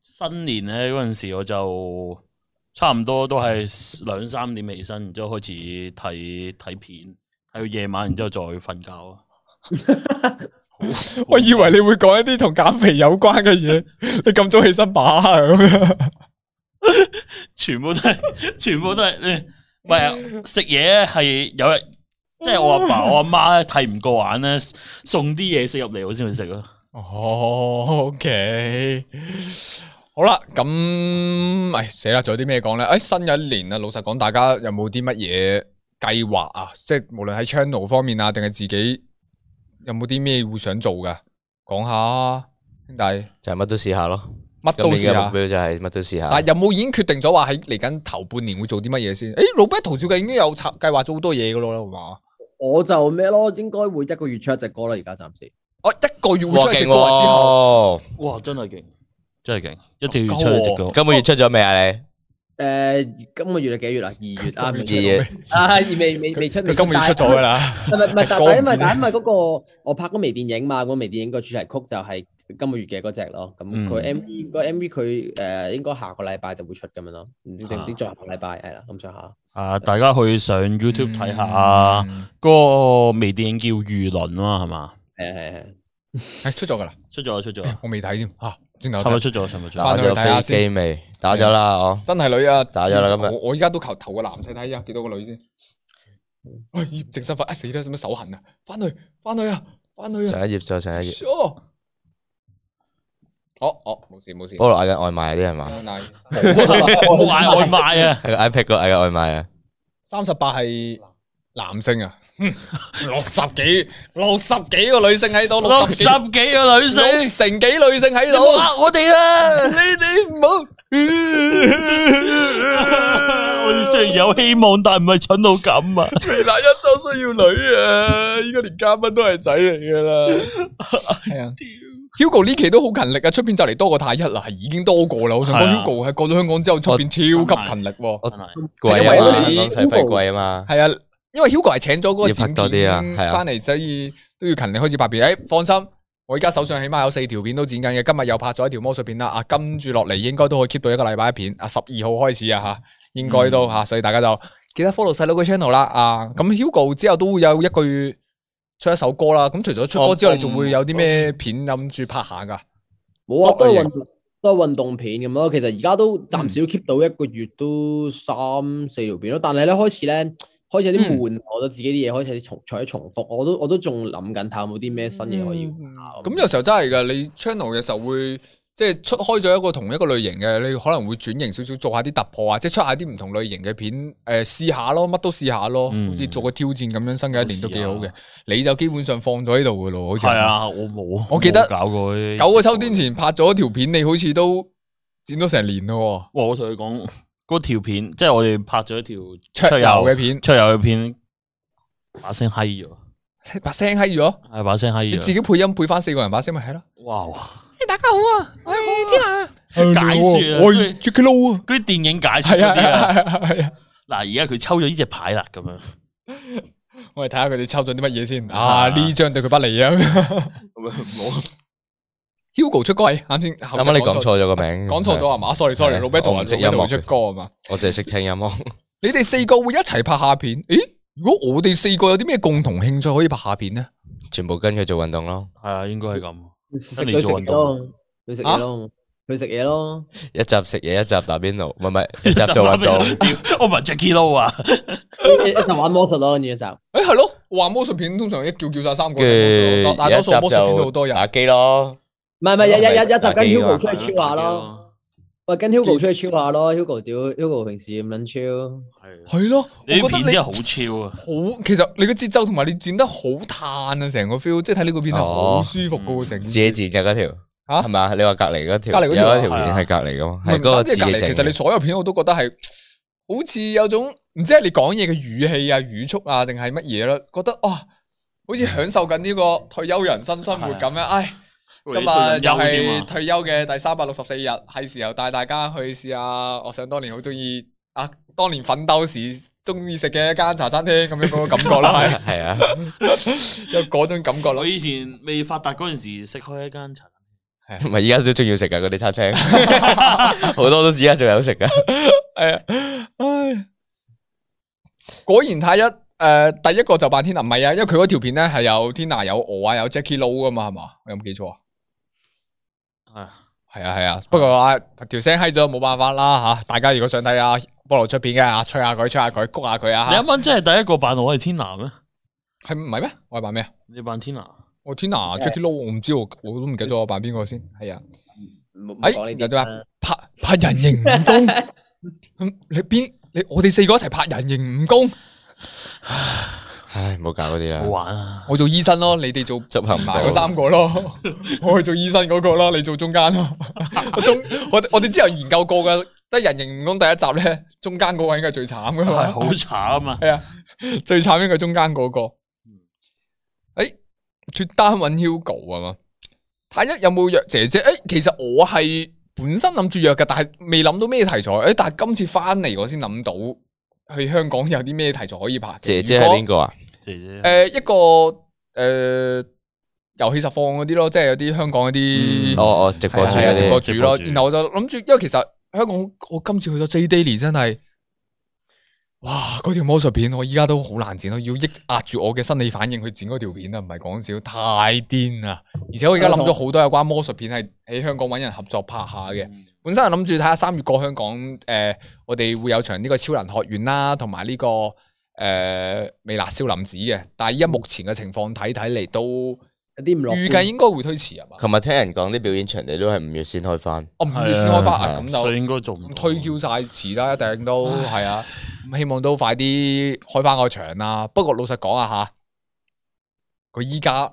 Speaker 3: 新年咧嗰陣時，我就差唔多都係兩三點起身，然之後開始睇睇片，睇到夜晚，然之後再瞓覺啊。
Speaker 1: 我以为你会讲一啲同减肥有关嘅嘢，你咁早起身把咁样。
Speaker 3: 全部都係， 全部都係，你唔係啊食嘢係有人，即係我阿爸我阿媽咧睇唔過眼咧，送啲嘢食入嚟我先會食咯。
Speaker 1: 哦，OK，好啦，咁，唉，死啦，仲有啲咩講咧？诶，新嘅一年啊，老實講，大家有冇啲乜嘢計劃啊？即係無論喺 channel 方面啊，定係自己有冇啲咩會想做嘅？講下啊，兄弟，
Speaker 4: 就係乜都試下咯。
Speaker 1: 乜
Speaker 4: 今
Speaker 1: 都
Speaker 4: 年
Speaker 1: 試
Speaker 4: 嘅
Speaker 1: 下
Speaker 4: 目。標就係乜都試下
Speaker 1: 但。有冇已經決定咗話喺嚟緊頭半年會做啲乜嘢先？诶，老 b e r 照計已經有策計劃咗好多嘢噶咯，係嘛？
Speaker 2: 我就咩咯，應該會一個月出一隻歌啦，而家暫時。
Speaker 1: 我哦一個月會
Speaker 4: 哇
Speaker 1: 出一隻歌啊之後，
Speaker 4: 勁
Speaker 3: 哇！真係勁，真係勁，一條要出去直
Speaker 4: 喎！
Speaker 3: 歌。
Speaker 4: 今個月出咗未啊？你
Speaker 2: 誒，呃今個月係幾月啊？二月啊，未
Speaker 4: 今個月
Speaker 2: 啊，未未未出，
Speaker 1: 佢今個月出咗噶啦。
Speaker 2: 唔係唔係，但
Speaker 1: 歌唔
Speaker 2: 但因為
Speaker 1: 知
Speaker 2: 但因為嗰個我拍嗰微電影嘛，嗰微電影個主題曲就係今個月嘅嗰只咯。咁
Speaker 3: 嗯
Speaker 2: 佢 M V 個 M V 佢誒應該下個禮拜就會出咁樣咯，唔知定唔知
Speaker 3: 啊
Speaker 2: 再下個禮拜係啦咁上下。
Speaker 3: 啊！大家去上 YouTube 睇下啊
Speaker 1: 嗯
Speaker 3: 嗰個微電影叫《輿論》啊嘛，係嘛？
Speaker 2: 係係係。
Speaker 1: 係出咗噶啦。
Speaker 3: 出咗出咗，差
Speaker 1: 我未睇添吓，轉
Speaker 3: 唔
Speaker 1: 頭
Speaker 3: 多
Speaker 1: 睇
Speaker 3: 出咗，差唔多出咗。
Speaker 4: 打
Speaker 1: 返去睇下
Speaker 4: 咗飛
Speaker 1: 先
Speaker 4: 機未？打咗啦，哦。
Speaker 1: 真係女啊，
Speaker 4: 打咗啦今日
Speaker 1: 我我依家都求投個男仔睇下幾多個女先。喂，驗證身份，啊死啦，使乜手痕啊？翻去，翻去啊，翻去啊！
Speaker 4: 上一頁再上一頁，
Speaker 1: 哦，哦，哦，冇事冇事。
Speaker 4: 菠蘿嗌緊外賣啲係嘛？
Speaker 1: 嗱，
Speaker 3: 冇嗌外賣 啊！
Speaker 4: 係個 iPad 個嗌緊外賣啊！
Speaker 1: 三十八係男性啊，哼六十幾，六十幾個女性喺度，
Speaker 3: 六十
Speaker 1: 幾
Speaker 3: 幾 個女
Speaker 1: 六
Speaker 3: 性，
Speaker 1: 成幾女性喺度。
Speaker 3: 我哋啊！
Speaker 1: 你哋唔好，
Speaker 3: 我虽然有希望，但唔系蠢到咁啊！
Speaker 1: 微辣一周需要女啊！依家連嘉賓都係仔嚟噶啦。系啊，Hugo 呢期都好勤力啊，出邊就嚟多過太一啦，係已經多過啦。我想講
Speaker 3: 係啊
Speaker 1: Hugo 係過咗香港之後，出邊超級勤力喎。
Speaker 3: 真係
Speaker 4: 貴啊嘛，
Speaker 1: 因為
Speaker 4: 香港使費貴啊嘛，
Speaker 1: 係啊，因為 Hugo 係請咗嗰個
Speaker 4: 要拍
Speaker 1: 剪
Speaker 4: 多啲啊
Speaker 1: 片
Speaker 4: 係啊
Speaker 1: 翻嚟，所以都要勤力開始拍片。诶，放心。我依家手上起碼有四條片都剪緊嘅，今日又拍咗一條魔術片啦，啊，跟住落嚟應該都可以 keep 到一個禮拜一片，啊，十二號開始啊吓，應該
Speaker 4: 嗯
Speaker 1: 都吓，所以大家就記得 follow 細佬嘅 channel 啦，啊，咁 Hugo 之後都會有一個月出一首歌啦，咁除咗出歌之外，
Speaker 3: 我
Speaker 1: 你仲會有啲咩片諗住拍下噶？
Speaker 2: 冇啊，
Speaker 1: 各
Speaker 2: 都
Speaker 1: 類
Speaker 2: 系
Speaker 1: 型
Speaker 2: 运都系运动片咁咯。其實而家都暫時都 keep 到一個月都三四條片咯。但係咧開始咧開始有
Speaker 1: 嗯
Speaker 2: 啲悶，我覺得自己啲嘢開始有啲重重啲重複，我都我都仲諗緊睇有冇啲咩新嘢可以玩啊下
Speaker 1: 嗯咁有時候真係噶，你 channel 嘅時候會即係出開咗一個同一個類型嘅，你可能會轉型少少，做下啲突破啊，即係出下啲唔同類型嘅片，誒、試下咯，乜都試下咯，
Speaker 3: 嗯
Speaker 1: 好似做個挑戰咁樣，新嘅一年都幾好
Speaker 3: 都試
Speaker 1: 嘅
Speaker 3: 下。
Speaker 1: 你就基本上放咗喺度噶咯，好似
Speaker 3: 係。啊，我冇，
Speaker 1: 我記得
Speaker 3: 冇搞過呢
Speaker 1: 九個秋天前拍咗條片，你好似都剪咗成年咯
Speaker 3: 哇！我同佢講嗰條片，即係我哋拍咗一條
Speaker 1: 喎，出
Speaker 3: 出
Speaker 1: 油
Speaker 3: 遊
Speaker 1: 嘅片，
Speaker 3: 出遊嘅片，把聲閪咗，
Speaker 1: 把聲閪咗，
Speaker 3: 係啊把聲閪
Speaker 1: 你自
Speaker 3: 咗。
Speaker 1: 己配音配翻四個人把聲咪係咯。
Speaker 3: 哇！
Speaker 1: 大家好啊，我係天啊，
Speaker 3: 解說啊
Speaker 1: 我
Speaker 3: 跟
Speaker 1: 係 Jacky Lou 啊，
Speaker 3: 嗰啲電影解説
Speaker 1: 係
Speaker 3: 嗰
Speaker 1: 啊
Speaker 3: 啲啊，
Speaker 1: 係啊係啊。
Speaker 3: 嗱而家佢抽咗呢隻牌啦，咁樣
Speaker 1: 我哋睇下佢哋抽咗啲乜嘢先。啊，
Speaker 3: 啊
Speaker 1: 呢張對佢不利啊。
Speaker 3: 咁樣冇
Speaker 1: Hugo 出歌，係啱先啱
Speaker 4: 啱啱你講錯咗個名，
Speaker 1: 講錯咗啊嘛？sorry sorry，
Speaker 4: 係
Speaker 1: 老 b e t
Speaker 4: 我唔識
Speaker 1: t
Speaker 4: 音
Speaker 1: o
Speaker 4: 樂
Speaker 1: 出
Speaker 4: 嘅
Speaker 1: 歌啊嘛？
Speaker 4: 我淨係識聽音樂。
Speaker 1: 你哋四個會一齊拍下片？咦，如果我哋四個有啲咩共同興趣可以拍下片呢？
Speaker 4: 全部跟佢做運動咯，
Speaker 3: 係啊，應該係咁。
Speaker 2: 食
Speaker 3: 嚟
Speaker 2: 佢食
Speaker 3: 做運
Speaker 2: 嘢咯，佢食
Speaker 1: 啊
Speaker 2: 嘢咯，佢食嘢咯。
Speaker 4: 一集食嘢，一集打邊爐，唔係唔 係，一集做運動。
Speaker 3: 屌，我唔係 Jackie Lou 啊，
Speaker 2: 一一一陣玩魔術咯，跟住一集。
Speaker 1: 诶，係咯，話魔術片通常一叫叫晒三個人，
Speaker 4: 跟
Speaker 1: 但
Speaker 4: 住
Speaker 1: 大多數
Speaker 4: 有一
Speaker 1: 魔
Speaker 4: 集
Speaker 1: 術片都好多
Speaker 4: 就
Speaker 1: 人。
Speaker 4: 打機咯，
Speaker 2: 唔係唔係，日日日
Speaker 4: 打
Speaker 2: 日
Speaker 4: 機
Speaker 2: 就
Speaker 4: 啊嘛
Speaker 2: 跟 Hugo 出去超下咯。。喂，跟 Hugo 出去超下咯。Hugo 屌，Hugo 平時咁撚
Speaker 3: 係啊
Speaker 1: 係咯，我
Speaker 3: 你
Speaker 1: 覺得
Speaker 3: 啲片真
Speaker 1: 你
Speaker 3: 係
Speaker 1: 好
Speaker 3: 好，超啊！
Speaker 1: 其實你嘅節奏同埋你剪得好嘆啊，成個 feel，即係睇呢個片係好
Speaker 4: 哦
Speaker 1: 舒服噶喎，成
Speaker 4: 自
Speaker 1: 件
Speaker 4: 己
Speaker 1: 事
Speaker 4: 剪嘅嗰條，
Speaker 1: 啊
Speaker 4: 係嘛？你話隔離嗰條，
Speaker 1: 隔離
Speaker 4: 有
Speaker 1: 嗰
Speaker 4: 一
Speaker 1: 條啊
Speaker 4: 條片係隔離噶嘛？
Speaker 1: 唔
Speaker 4: 係
Speaker 1: 係
Speaker 4: 嗰個
Speaker 1: 唔單
Speaker 4: 自
Speaker 1: 止係
Speaker 4: 己
Speaker 1: 隔離，
Speaker 4: 整
Speaker 1: 其實你
Speaker 4: 嘅。
Speaker 1: 所有片我都覺得係好似有種唔知係你講嘢嘅語氣啊、語速啊，定係乜嘢咯？覺得哇，好
Speaker 4: 嗯
Speaker 1: 似享受緊呢個退休人生生活咁樣。
Speaker 4: 啊
Speaker 1: 唉，今日又啊係退休嘅第三百六十四日，係時候帶大家去試下。我想當年好中意啊，當年奮鬥時中意食嘅一間茶餐廳咁樣嗰個感覺 咯，係
Speaker 4: 係啊，
Speaker 1: 有嗰種感覺咯
Speaker 3: 我。以前未發達嗰陣時，食開一間茶
Speaker 4: 唔係依家都仲要食噶嗰啲餐廳， 好多都而家仲有食噶。
Speaker 1: 系啊，唉，果然太一诶、誒第一个就扮天娜，唔系啊，因為佢嗰條片咧係有天娜、有我啊、有 Jackie Lou 噶嘛，係嘛？我有冇記錯啊？
Speaker 3: 係啊
Speaker 1: 係啊係啊，不過啊條聲閪咗冇辦法啦吓，大家如果想睇啊菠蘿出片嘅啊，吹下佢，吹下佢，谷下佢
Speaker 3: 你啱
Speaker 1: 啊
Speaker 3: 啱真係第一個扮我係天南咩？
Speaker 1: 吓，係唔係咩？我係扮咩啊？
Speaker 3: 你扮天南？
Speaker 1: 我天娜、Jackie Lou，我唔知我我都唔記得咗我扮邊個先，係啊。
Speaker 2: 超。唔
Speaker 1: 哎，
Speaker 2: 講呢
Speaker 1: 有
Speaker 2: 啲
Speaker 1: 啲
Speaker 2: 啦
Speaker 1: 話拍拍人形蜈蚣， 咁你邊你我哋四個一齊拍人形蜈蚣，
Speaker 4: 唉，唔好搞嗰啲
Speaker 3: 好
Speaker 4: 啦，
Speaker 3: 玩啊！
Speaker 1: 我做醫生咯，你哋做
Speaker 4: 執行唔
Speaker 1: 埋嗰
Speaker 4: 到。
Speaker 1: 三個 咯，我去做醫生嗰個咯，你做中間咯。 我中我我哋之前研究過噶，得人形蜈蚣第一集咧，中間嗰個應該係最慘噶
Speaker 3: 係
Speaker 1: 嘛
Speaker 3: 好，慘啊！
Speaker 1: 係啊，最慘應該係中間嗰個。
Speaker 4: 嗯
Speaker 1: 诶，脱單揾 Hugo 啊嘛，太一有冇約姐姐？诶，其實我係本身諗住約嘅，但係未諗到咩題材。诶，但係今次翻嚟我先諗到去香港有啲咩題材可以拍嘅。
Speaker 4: 姐姐
Speaker 1: 如
Speaker 4: 係
Speaker 1: 果
Speaker 4: 邊個啊？
Speaker 3: 姐姐
Speaker 1: 诶、一個诶遊戲實況嗰啲咯，即係有啲呃香港嗰啲
Speaker 3: 嗯
Speaker 4: 哦哦，直播主
Speaker 1: 係啊
Speaker 4: 嗰
Speaker 1: 直
Speaker 4: 啲
Speaker 1: 播主咯。
Speaker 3: 直播主
Speaker 1: 然後我就諗住，因為其實香港我今次去咗 J Daily 真係，哇！嗰條魔術片我依家都好難剪咯，要抑壓住我嘅生理反應去剪嗰條片啊，唔係講笑，太癲啦！而且我而家諗咗好多有關魔術片係 喺香港揾人合作拍下嘅。本身係諗住睇下三月過香港，誒、我哋會有場呢個超能學院啦，同埋呢個誒、呃微辣少林寺嘅。但係依家目前嘅情況睇睇嚟都
Speaker 2: 有啲唔落。
Speaker 1: 預計應該會推遲啊係嘛？
Speaker 4: 琴日聽人講啲表演場地都係五月先開翻。
Speaker 1: 哦，五月先開翻啊，咁
Speaker 3: 所以
Speaker 1: 就
Speaker 3: 應該做唔到
Speaker 1: 推敲晒遲啦，一定都係啊。咁希望都快啲開翻個場啦。不過老實講啊吓，佢依家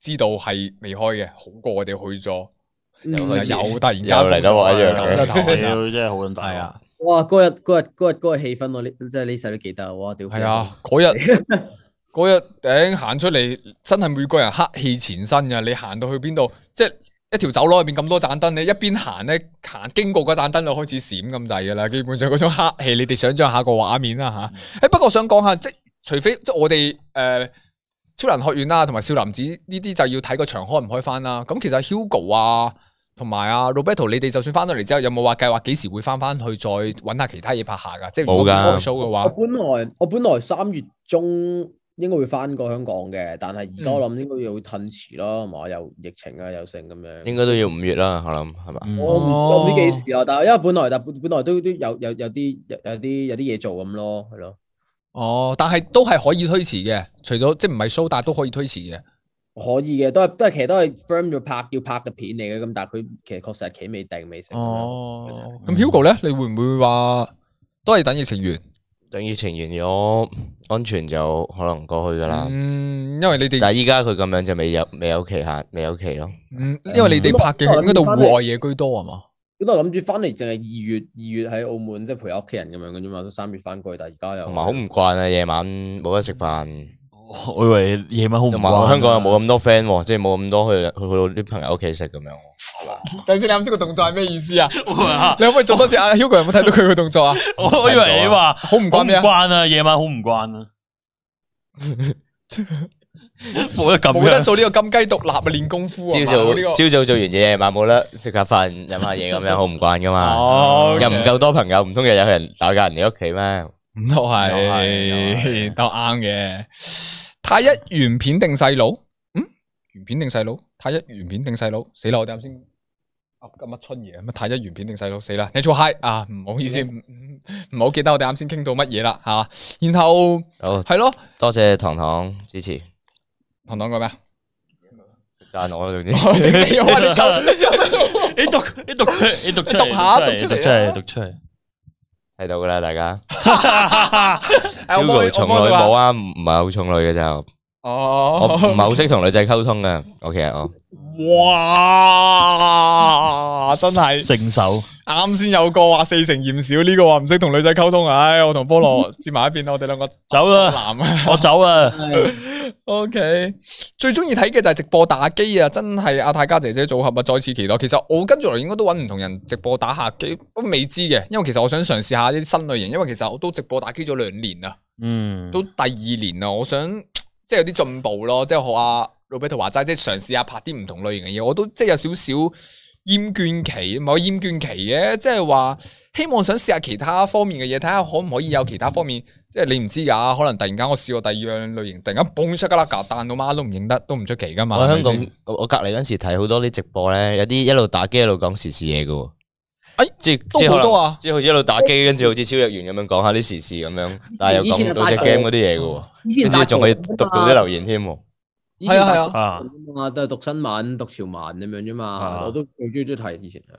Speaker 1: 知道係未開嘅，好過我哋去咗
Speaker 2: 嗯
Speaker 4: 有開始
Speaker 1: 又突然間啊
Speaker 4: 又嚟得我一樣
Speaker 1: 咁就頭
Speaker 3: 屌
Speaker 1: 暈啦
Speaker 3: 真係好撚大
Speaker 1: 系啊，
Speaker 2: 哇！嗰日嗰日嗰日嗰個氣氛，我呢真係呢世都記得。哇！屌，
Speaker 1: 系啊，嗰日 嗰日顶行出嚟，真系每個人黑氣纏身噶。你行到去邊度，即係一條走廊入面咁多盞燈，你一邊行咧，行經過嗰盞燈就開始閃咁滯噶啦。基本上嗰種黑氣，你哋想象下個畫面啦吓。
Speaker 2: 嗯
Speaker 1: 诶、不過想講下，即除非即係我哋诶。誒超能學院啦，同埋少林寺呢啲就要睇個場開唔開翻啦。咁其實 Hugo 啊，同埋啊 Roberto，你哋就算翻到嚟之後，有冇話計劃幾時會翻翻去再揾下其他嘢拍下噶？即係如果
Speaker 4: 冇㗎
Speaker 1: live show 嘅話
Speaker 2: 我。本來我本來三月中應該會翻過香港嘅，但係而家
Speaker 1: 嗯
Speaker 2: 我諗應該要褪遲咯，係嘛？又疫情啊，又剩咁樣。
Speaker 4: 应该都要五月啦，我諗係嘛？
Speaker 3: 嗯
Speaker 1: 哦
Speaker 2: 我唔知我唔知幾時啊，但係因為本來但本本來都都有有有啲有有啲有啲嘢做咁咯，係咯。
Speaker 1: 哦，但系都系可以推迟嘅，除咗即系唔系 show，但係都可以推迟嘅。
Speaker 2: 可以嘅，都係都係其實都係 firm 咗拍要拍嘅片嚟嘅，咁但係佢其實確實係企未定未成。，
Speaker 1: 哦，咁
Speaker 3: 嗯
Speaker 1: Hugo 咧，你会唔会话都系等疫情完？
Speaker 4: 等疫情完咗，安全就可能過去噶啦。
Speaker 1: 嗯，因为你哋，
Speaker 4: 但系依家佢咁樣就未有未有期限，未有期咯。
Speaker 1: 嗯，因为你哋拍嘅係應該到户外嘢居多啊嘛。
Speaker 2: 咁都係諗住翻嚟，淨係二月二月喺澳門即係陪屋企人咁樣嘅啫嘛，都三月翻過去，但係而家又
Speaker 4: 同埋好唔慣啊，夜晚冇得食飯，
Speaker 3: 我以為夜晚好唔
Speaker 4: 同埋
Speaker 3: 慣
Speaker 4: 香港又
Speaker 3: 啊
Speaker 4: 冇咁多 friend，喎即係冇咁多去去到啲朋友屋企食咁樣。
Speaker 1: 等先，你啱先个动作系咩意思啊？
Speaker 3: 哇
Speaker 1: 你可唔可以做多次 啊？Hugo 有冇睇到佢个动作啊？
Speaker 3: 我我以為你話
Speaker 1: 好唔
Speaker 3: 好
Speaker 1: 惯
Speaker 3: 唔
Speaker 1: 咩啊？
Speaker 3: 慣啊，夜晚好唔慣啊，冇得咁
Speaker 1: 冇得
Speaker 3: 樣。
Speaker 1: 做呢个金鸡独立啊，练功夫啊！
Speaker 4: 朝
Speaker 1: 呢
Speaker 4: 早
Speaker 1: 個
Speaker 4: 朝早做完嘢，夜晚冇得食下飯、飲下嘢咁 樣，好唔慣噶嘛。
Speaker 1: 哦，
Speaker 4: 又唔夠多朋友，唔通日日有人打架人哋屋企咩？
Speaker 1: 唔都
Speaker 3: 又係又
Speaker 1: 系
Speaker 3: 係
Speaker 1: 都啱嘅。太一原片定細佬？嗯，原片定細佬？太一原片定細佬？死啦！我哋啱先噏噏乜春嘢？乜太一原片定細佬？死啦！你做 hi 啊！唔好意
Speaker 4: 嗯
Speaker 1: 思，唔唔唔好記得我哋啱先傾到乜嘢啦吓。然後
Speaker 4: 好
Speaker 1: 係咯，
Speaker 4: 多謝糖糖支持，
Speaker 1: 糖糖講咩啊？
Speaker 4: 讚我啦，總之。
Speaker 1: 我頂你啊！你咁
Speaker 3: 你讀你讀佢，你讀出
Speaker 1: 讀下
Speaker 3: 嚟，
Speaker 1: 讀出嚟啊
Speaker 3: 出嚟，讀出嚟。
Speaker 4: 睇到噶啦，大家。
Speaker 1: 哎我幫你
Speaker 4: Hugo
Speaker 1: 我
Speaker 4: 從
Speaker 1: 幫
Speaker 4: 來
Speaker 1: 你
Speaker 4: 冇
Speaker 1: 啊！
Speaker 4: 啊，唔唔係好從女嘅就，我唔係
Speaker 1: 哦，
Speaker 4: 好識同女仔溝通嘅。我其實我
Speaker 1: 哇！真係。
Speaker 3: 聖手，
Speaker 1: 啱先有個話四成嫌少，呢、個話唔識同女仔溝通，唉、我同菠 蘿接埋一邊啦，我哋兩個
Speaker 3: 走啦，
Speaker 1: 男啊。
Speaker 3: 我走啦。
Speaker 1: O、k 最中意睇嘅就係直播打機啊，真係阿太家姐姐組合啊，再次期待。其實我跟住嚟應該都揾唔同人直播打下機，都未知嘅，因為其實我想嘗試下啲新類型，因為其實我都直播打機咗兩年啦，
Speaker 3: 嗯，
Speaker 1: 都第二年啦，我想即係有啲進步咯，即係學阿 Roberto 話齋，即係嘗試下拍啲唔同類型嘅嘢，我都即係有少少厭倦期，唔係厭倦期嘅，即係話希望想試下其他方面嘅嘢，睇下可唔可以有其他方面，即係你唔知㗎，可能突然間我試過第二樣類型，突然間嘣出㗎啦，彈到媽都唔認得，都唔出奇㗎嘛。
Speaker 4: 我
Speaker 1: 係
Speaker 4: 香
Speaker 1: 咪
Speaker 4: 港
Speaker 1: 先，
Speaker 4: 我我隔離嗰陣時睇好多啲直播咧，有啲一路打機一路講時事嘢嘅喎。
Speaker 1: 哎
Speaker 4: 即
Speaker 1: 都
Speaker 4: 即可
Speaker 1: 好
Speaker 4: 能
Speaker 1: 多啊，
Speaker 4: 即係好似一路打機，跟住好似超入員咁樣講下啲時事咁樣，但係又
Speaker 2: 以
Speaker 4: 講
Speaker 2: 前係
Speaker 4: 到只
Speaker 2: 打
Speaker 4: game 嗰啲嘢嘅
Speaker 1: 哦
Speaker 4: 喎，
Speaker 2: 以前
Speaker 4: 跟住仲可以
Speaker 2: 讀
Speaker 4: 讀到啲留言添喎。
Speaker 2: 以前
Speaker 1: 係啊係啊
Speaker 2: 大
Speaker 3: 啊
Speaker 2: 學咁嘛，都係讀新聞、讀潮文咁樣啫嘛。
Speaker 3: 啊
Speaker 2: 我都最中意都睇以前啊係。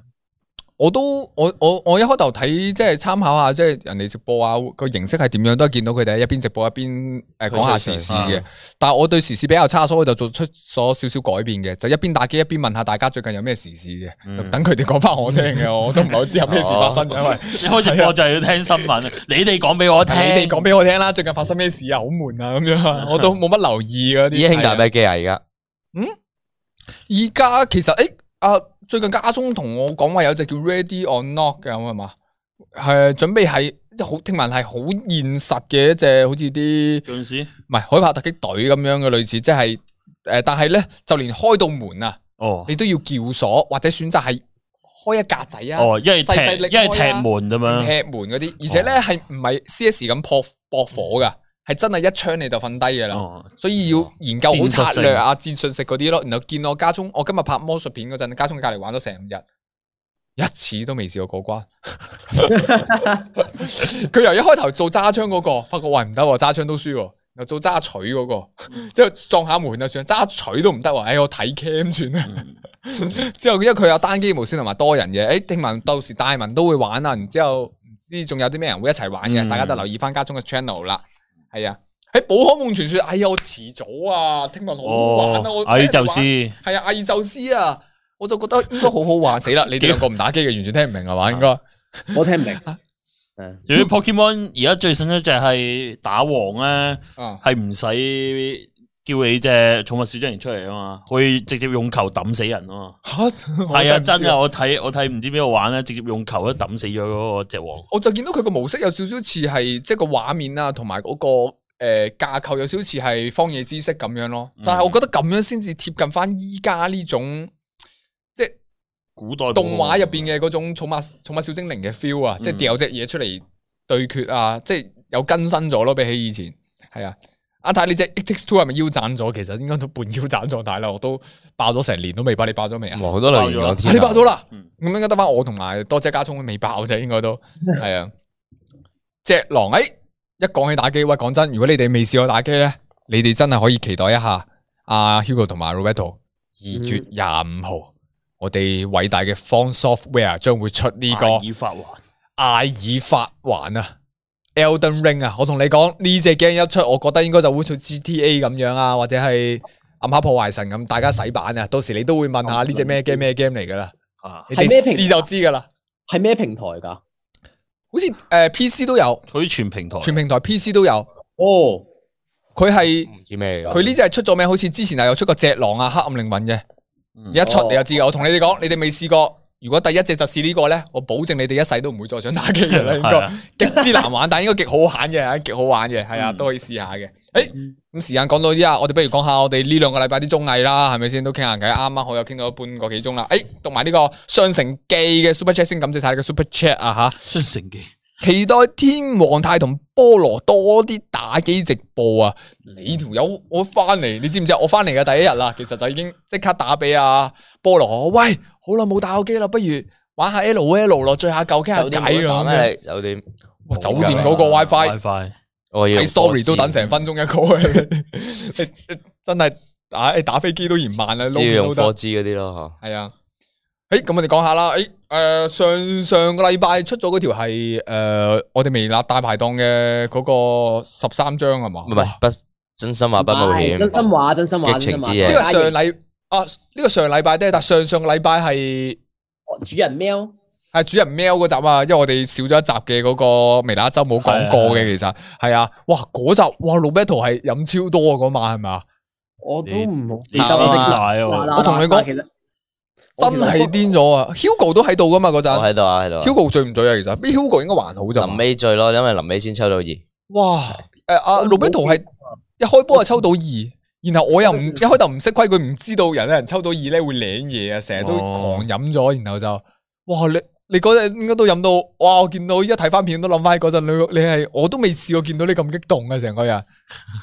Speaker 1: 我都我我我一開頭睇即係參考下即係人哋直播啊個形式係點樣，都係見到佢哋一邊直播一邊誒講下時事
Speaker 3: 吹
Speaker 1: 嘅
Speaker 3: 水。啊
Speaker 1: 但係我對時事比較差，所以我就做出咗少少改變嘅，就一邊打機一邊問下大家最近有咩時事嘅，
Speaker 3: 嗯
Speaker 1: 就等佢哋講翻我聽 嘅。我都唔係好知有咩事發生，因為
Speaker 3: 一開直播就係要聽新聞，你哋講俾我 聽。
Speaker 1: 你哋講俾我聽啦，最近發生咩事啊？好悶啊咁 樣，我都冇乜留意嗰
Speaker 4: 依
Speaker 1: 啲。
Speaker 4: 家兄打咩機啊？而家
Speaker 1: 而家其實诶、啊，最近家中同我講話有隻叫 Ready or Not 嘅，係嘛？係準備係即係好聽聞係好現實嘅一隻，好似啲
Speaker 3: 嗰陣時，
Speaker 1: 唔係海豹突擊隊咁樣嘅類似，即係诶，但係咧就連開到門啊，
Speaker 3: 哦
Speaker 1: 你都要撬鎖或者選擇係開一格仔啊，
Speaker 3: 哦，嗯一係
Speaker 1: 細細
Speaker 3: 踢
Speaker 1: 力
Speaker 3: 一係踢
Speaker 1: 開啊
Speaker 3: 門咁樣。
Speaker 1: 踢門嗰啲，而且咧
Speaker 3: 哦
Speaker 1: 係唔係 C.S. 咁撲搏火噶，係真係一槍你就瞓低噶啦。
Speaker 3: 哦，
Speaker 1: 所以要研究好策略啊、戰術性嗰啲咯。然後見我家中，我今日拍魔術片嗰陣，家中隔離玩咗成日，一次都未試過過關。 佢由一開頭做揸槍嗰、個，發覺喂唔得喎，揸槍都輸喎。又做揸取嗰、個，
Speaker 3: 嗯
Speaker 1: 之後撞下門就算，揸取都唔得喎。哎，我睇 cam 算啦。
Speaker 3: 嗯
Speaker 1: 之後因為佢有單機無線同埋多人嘅，诶、聽聞到時大文都會玩啊。然之後唔知仲有啲咩人會一齊玩嘅，
Speaker 3: 嗯
Speaker 1: 大家就留意翻家中嘅 channel 啦。係啊，喺《寶可夢傳說》，哎呀，我遲早啊，聽聞好好玩啊，
Speaker 3: 哦
Speaker 1: 我，
Speaker 3: 矮宙斯，係
Speaker 1: 係啊，艾宙斯啊，我就覺得應該好好玩。死啦，你哋兩個唔打機嘅，完全聽唔明係嘛？應該
Speaker 2: 我聽唔明，係
Speaker 3: 至於 Pokemon 而家最新一隻係打王咧，
Speaker 1: 啊，
Speaker 3: 係唔使叫你隻寵物小精靈出嚟啊嘛，可以直接用球抌死人啊嘛。
Speaker 1: 吓
Speaker 3: 係啊，真
Speaker 1: 啊
Speaker 3: 啊！！我睇我睇唔知邊度玩咧，直接用球一抌死咗嗰個隻王。
Speaker 1: 我就見到佢個模式有少少似係即係個畫面啊，同埋嗰個诶、呃架構有少少似係荒野知識咁樣咯。但
Speaker 3: 嗯
Speaker 1: 係我覺得咁樣先至貼近翻依家呢種即係
Speaker 3: 古代
Speaker 1: 動畫入边嘅嗰種寵物寵物小精靈嘅 feel 啊，即係
Speaker 3: 嗯
Speaker 1: 掉隻嘢出嚟對決啊，即係有更新咗咯，比起以前係啊。阿太，你只 X Two 係咪腰斬咗？其實應該都半腰斬狀態啦，我都爆咗成年都未爆，你爆咗未啊？
Speaker 4: 哇好多留言講
Speaker 1: 啊
Speaker 4: 天
Speaker 1: 你爆咗
Speaker 4: 啊，
Speaker 1: 啦，
Speaker 3: 嗯
Speaker 1: 咁應該得翻我同埋多姐加聰未爆啫，應該都係啊。只狼诶、一講起打機，喂，講真，如果你哋未試過打機咧，你哋真係可以期待一下阿、Hugo 同埋 Roberto 二
Speaker 3: 嗯
Speaker 1: 月廿五號，我哋偉大嘅 Fun Software 將會出呢、個。
Speaker 3: 以法環。
Speaker 1: 艾爾法環啊，Elden Ring 啊，我同你講呢只 game 一出，我覺得應該就會似 GTA 咁樣啊，或者係暗黑破壞神咁，大家洗版啊，到時你都會問下呢只
Speaker 3: 哦
Speaker 1: 咩 game 咩 game 嚟噶啦，
Speaker 3: 啊！
Speaker 1: 你哋
Speaker 2: 係咩平台
Speaker 1: 試就知噶啦。
Speaker 2: 係咩平台㗎？
Speaker 1: 好似诶 PC 都有，
Speaker 3: 佢全平台，
Speaker 1: 全平台 PC 都有，
Speaker 2: 哦，
Speaker 1: 佢係
Speaker 3: 嗯
Speaker 4: 唔知咩嚟㗎
Speaker 1: 佢呢只係出咗咩？好似之前係有出過隻狼啊、黑暗靈魂嘅，
Speaker 3: 嗯
Speaker 1: 你一出你就知噶。我同你哋講，你哋未試過。如果第一隻就試呢個咧，我保證你哋一世都唔會再想打機嘅 啦，應
Speaker 3: 係
Speaker 1: 該。
Speaker 3: 啊
Speaker 1: 極之難玩，但係應該極好玩嘅，係極好玩嘅，係啊，
Speaker 3: 嗯
Speaker 1: 都可以試下嘅。诶，
Speaker 2: 嗯
Speaker 1: 咁時間講到呢啊，我哋不如講下我哋呢兩個禮拜啲綜藝啦，係咪先？都傾下偈，啊啱啱好又傾到半個幾鐘啦。诶，讀埋呢個雙城記嘅 Super Chat 先，感謝晒你嘅 Super Chat 啊
Speaker 3: 雙城記
Speaker 1: 吓，期待天王太同菠蘿多啲打機直播啊！
Speaker 2: 嗯
Speaker 1: 你條友我翻嚟，你知唔知啊？我翻嚟嘅第一日啦，其實就已經即刻打俾阿菠蘿，我喂，好耐冇打過機啦，不如玩下 L O L 咯，聚下舊，傾下
Speaker 4: 酒店冇
Speaker 1: 偈
Speaker 4: 得打
Speaker 1: 咁樣
Speaker 4: 咩？酒店
Speaker 1: 哇酒店嗰個 WiFi。
Speaker 3: 啊 WiFi
Speaker 4: 我要
Speaker 1: 睇 story 都等成
Speaker 4: 分，
Speaker 1: 分鐘一個，你你 真係打你打飛機都嫌慢啦，
Speaker 4: 只要
Speaker 1: 撈
Speaker 4: 用
Speaker 1: 片都
Speaker 4: 科
Speaker 1: 得，
Speaker 4: 技嗰啲咯
Speaker 1: 係啊。诶，咁我哋講下啦。诶，诶，上上個禮拜出咗嗰條係诶，我哋微辣大排檔嘅嗰個十三章係嘛？
Speaker 4: 嗬，唔係不真心話不冒險，
Speaker 2: 真心話，真心話，
Speaker 4: 激情
Speaker 2: 真心話
Speaker 4: 之夜
Speaker 1: 呢個上
Speaker 2: 家
Speaker 1: 禮啊，呢個上禮拜啫，但上上個禮拜係
Speaker 2: 嘢主人喵，
Speaker 1: 系主人喵嗰集啊，因為我哋少咗一集嘅嗰個微辣一周冇講過嘅，其實係啊。哇，嗰集哇，Roberto 係飲超多啊，嗰晚係咪啊？
Speaker 2: 我都唔好記
Speaker 3: 你
Speaker 2: 得
Speaker 3: 打
Speaker 2: 我
Speaker 3: 直
Speaker 2: 直接
Speaker 3: 晒
Speaker 2: 嗱
Speaker 3: 喎，
Speaker 2: 嗱
Speaker 1: 我同你講
Speaker 2: 嗱其實
Speaker 1: 真係癲咗啊！Hugo 都喺度噶嘛嗰
Speaker 4: 我
Speaker 1: 陣
Speaker 4: 喺度啊喺度啊。
Speaker 1: ，Hugo 醉唔醉啊？其實呢 Hugo 應該還好
Speaker 4: 臨
Speaker 1: 咋。
Speaker 4: 尾醉咯，因為臨尾先抽到二，唔
Speaker 1: 哇！诶，阿
Speaker 2: 我冇
Speaker 1: Roberto 啊係一開波就抽到二，然後我又唔一開頭唔識規矩，唔知道人有人抽到二咧會舐嘢啊，成日都
Speaker 3: 哦
Speaker 1: 狂飲咗，然後就哇你。你嗰陣應該都飲到，哇！我見到依家睇翻片都諗翻嗰陣，你你係我都未試過見到你咁激動嘅成個人，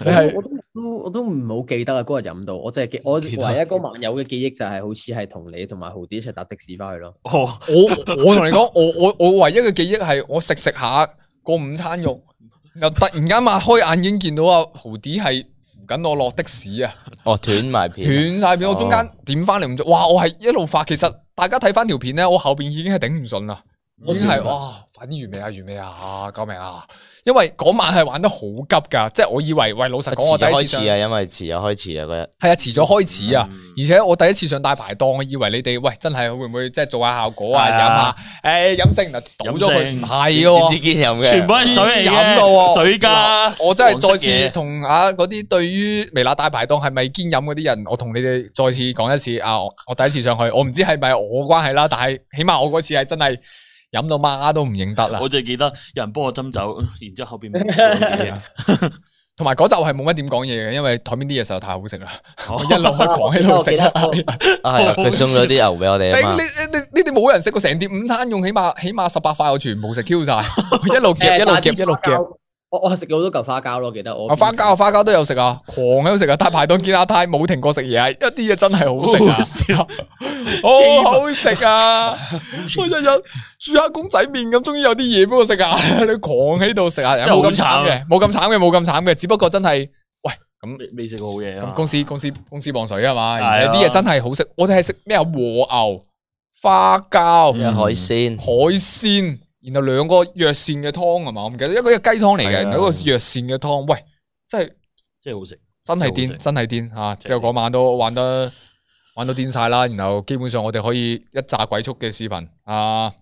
Speaker 1: 你係
Speaker 2: 我都我都我都唔好記得啊！嗰日飲到，我淨係記我唯
Speaker 3: 記
Speaker 2: 一
Speaker 3: 得
Speaker 2: 嗰晚有嘅記憶就係好似係同你同埋豪啲一齊搭的士翻去咯。
Speaker 3: 哦，
Speaker 1: 我我同你講，我我我唯一嘅記憶係我食食下個午餐肉，又突然間擘開眼已經見到阿豪迪係扶緊我落的士啊，
Speaker 4: 哦斷埋片，哦
Speaker 1: 斷晒片，我中間點翻嚟唔做，哇！我係一路發，其實大家睇翻條片咧，我後邊已經係頂唔順啦，已經係哇，快啲完美啊，完美啊，救命啊！因為嗰晚係玩得好急㗎，即係我以為喂老實講，我
Speaker 4: 遲
Speaker 1: 第
Speaker 4: 咗
Speaker 1: 一
Speaker 4: 開
Speaker 1: 次上
Speaker 4: 始啊，嗯因為遲咗開始啊嗰日，
Speaker 1: 係啊，遲咗開始啊。而且我第一次上大排檔，我以為你哋喂真係會唔會即係做下效果啊，
Speaker 3: 係
Speaker 1: 飲
Speaker 3: 啊
Speaker 1: 下，誒飲剩嗱倒咗佢，唔
Speaker 3: 飲剩
Speaker 1: 係
Speaker 4: 點知
Speaker 1: 喎，
Speaker 4: 堅飲嘅，
Speaker 3: 全部係水嚟
Speaker 1: 飲到喎
Speaker 3: 嘅，水加
Speaker 1: 我真係再
Speaker 3: 黃色嘢
Speaker 1: 次同啊嗰啲對於微辣大排檔係咪堅飲嗰啲人，我同你哋再次講一次啊！我我第一次上去，我唔知係咪我關係啦，但係起碼我嗰次係真係飲到媽都唔認得啦
Speaker 3: 我，就記得有人幫我斟酒，然之後 後邊冇咗啲
Speaker 2: 啊
Speaker 3: 嘢
Speaker 1: 同埋嗰集我係冇乜點講嘢嘅，因為台面啲嘢實在太好食 啊啦，我一
Speaker 3: 哦
Speaker 1: 路開狂喺度食啦。
Speaker 2: 我記得
Speaker 4: 啊係啊，佢送咗啲牛俾我哋啊
Speaker 1: 頂
Speaker 4: 嘛
Speaker 1: 你，你你你哋冇人食過成碟午餐用，起碼起碼十八塊我全部食 Q 晒，我一路夾一路夾一路夾。。
Speaker 2: 我我係食咗好多嚿花膠咯，記得我。
Speaker 1: 啊花膠花膠都有食啊，狂喺度食啊，大排檔見阿太冇停過食嘢啊，一啲嘢真係好食啊，好好食啊！我日日煮下公仔麵咁，終於有啲嘢俾我食啊！ 你狂喺度食啊，
Speaker 3: 真係好
Speaker 1: 冇咁慘
Speaker 3: 慘
Speaker 1: 嘅，冇咁慘嘅，冇咁慘嘅，只不過真係。
Speaker 3: 未未食過好嘢啊
Speaker 1: 咁！公司公司公司磅水啊嘛，
Speaker 3: 係啊
Speaker 1: 而且啲嘢真係好食。我哋係食咩啊？和牛、花膠、
Speaker 3: 嗯
Speaker 4: 有海鮮，
Speaker 1: 海鮮，然後兩個藥膳嘅湯啊係嘛？我唔記得，一個係雞湯嚟
Speaker 3: 係
Speaker 1: 嘅，
Speaker 3: 啊
Speaker 1: 然後一個藥膳嘅湯。喂，真係
Speaker 3: 真係好食，
Speaker 1: 真係
Speaker 3: 真係好
Speaker 1: 癲，
Speaker 3: 食
Speaker 1: 真係癲吓！
Speaker 3: 係
Speaker 1: 之後嗰晚都玩得玩到癲晒啦，然後基本上我哋可以一炸鬼畜嘅視頻啊，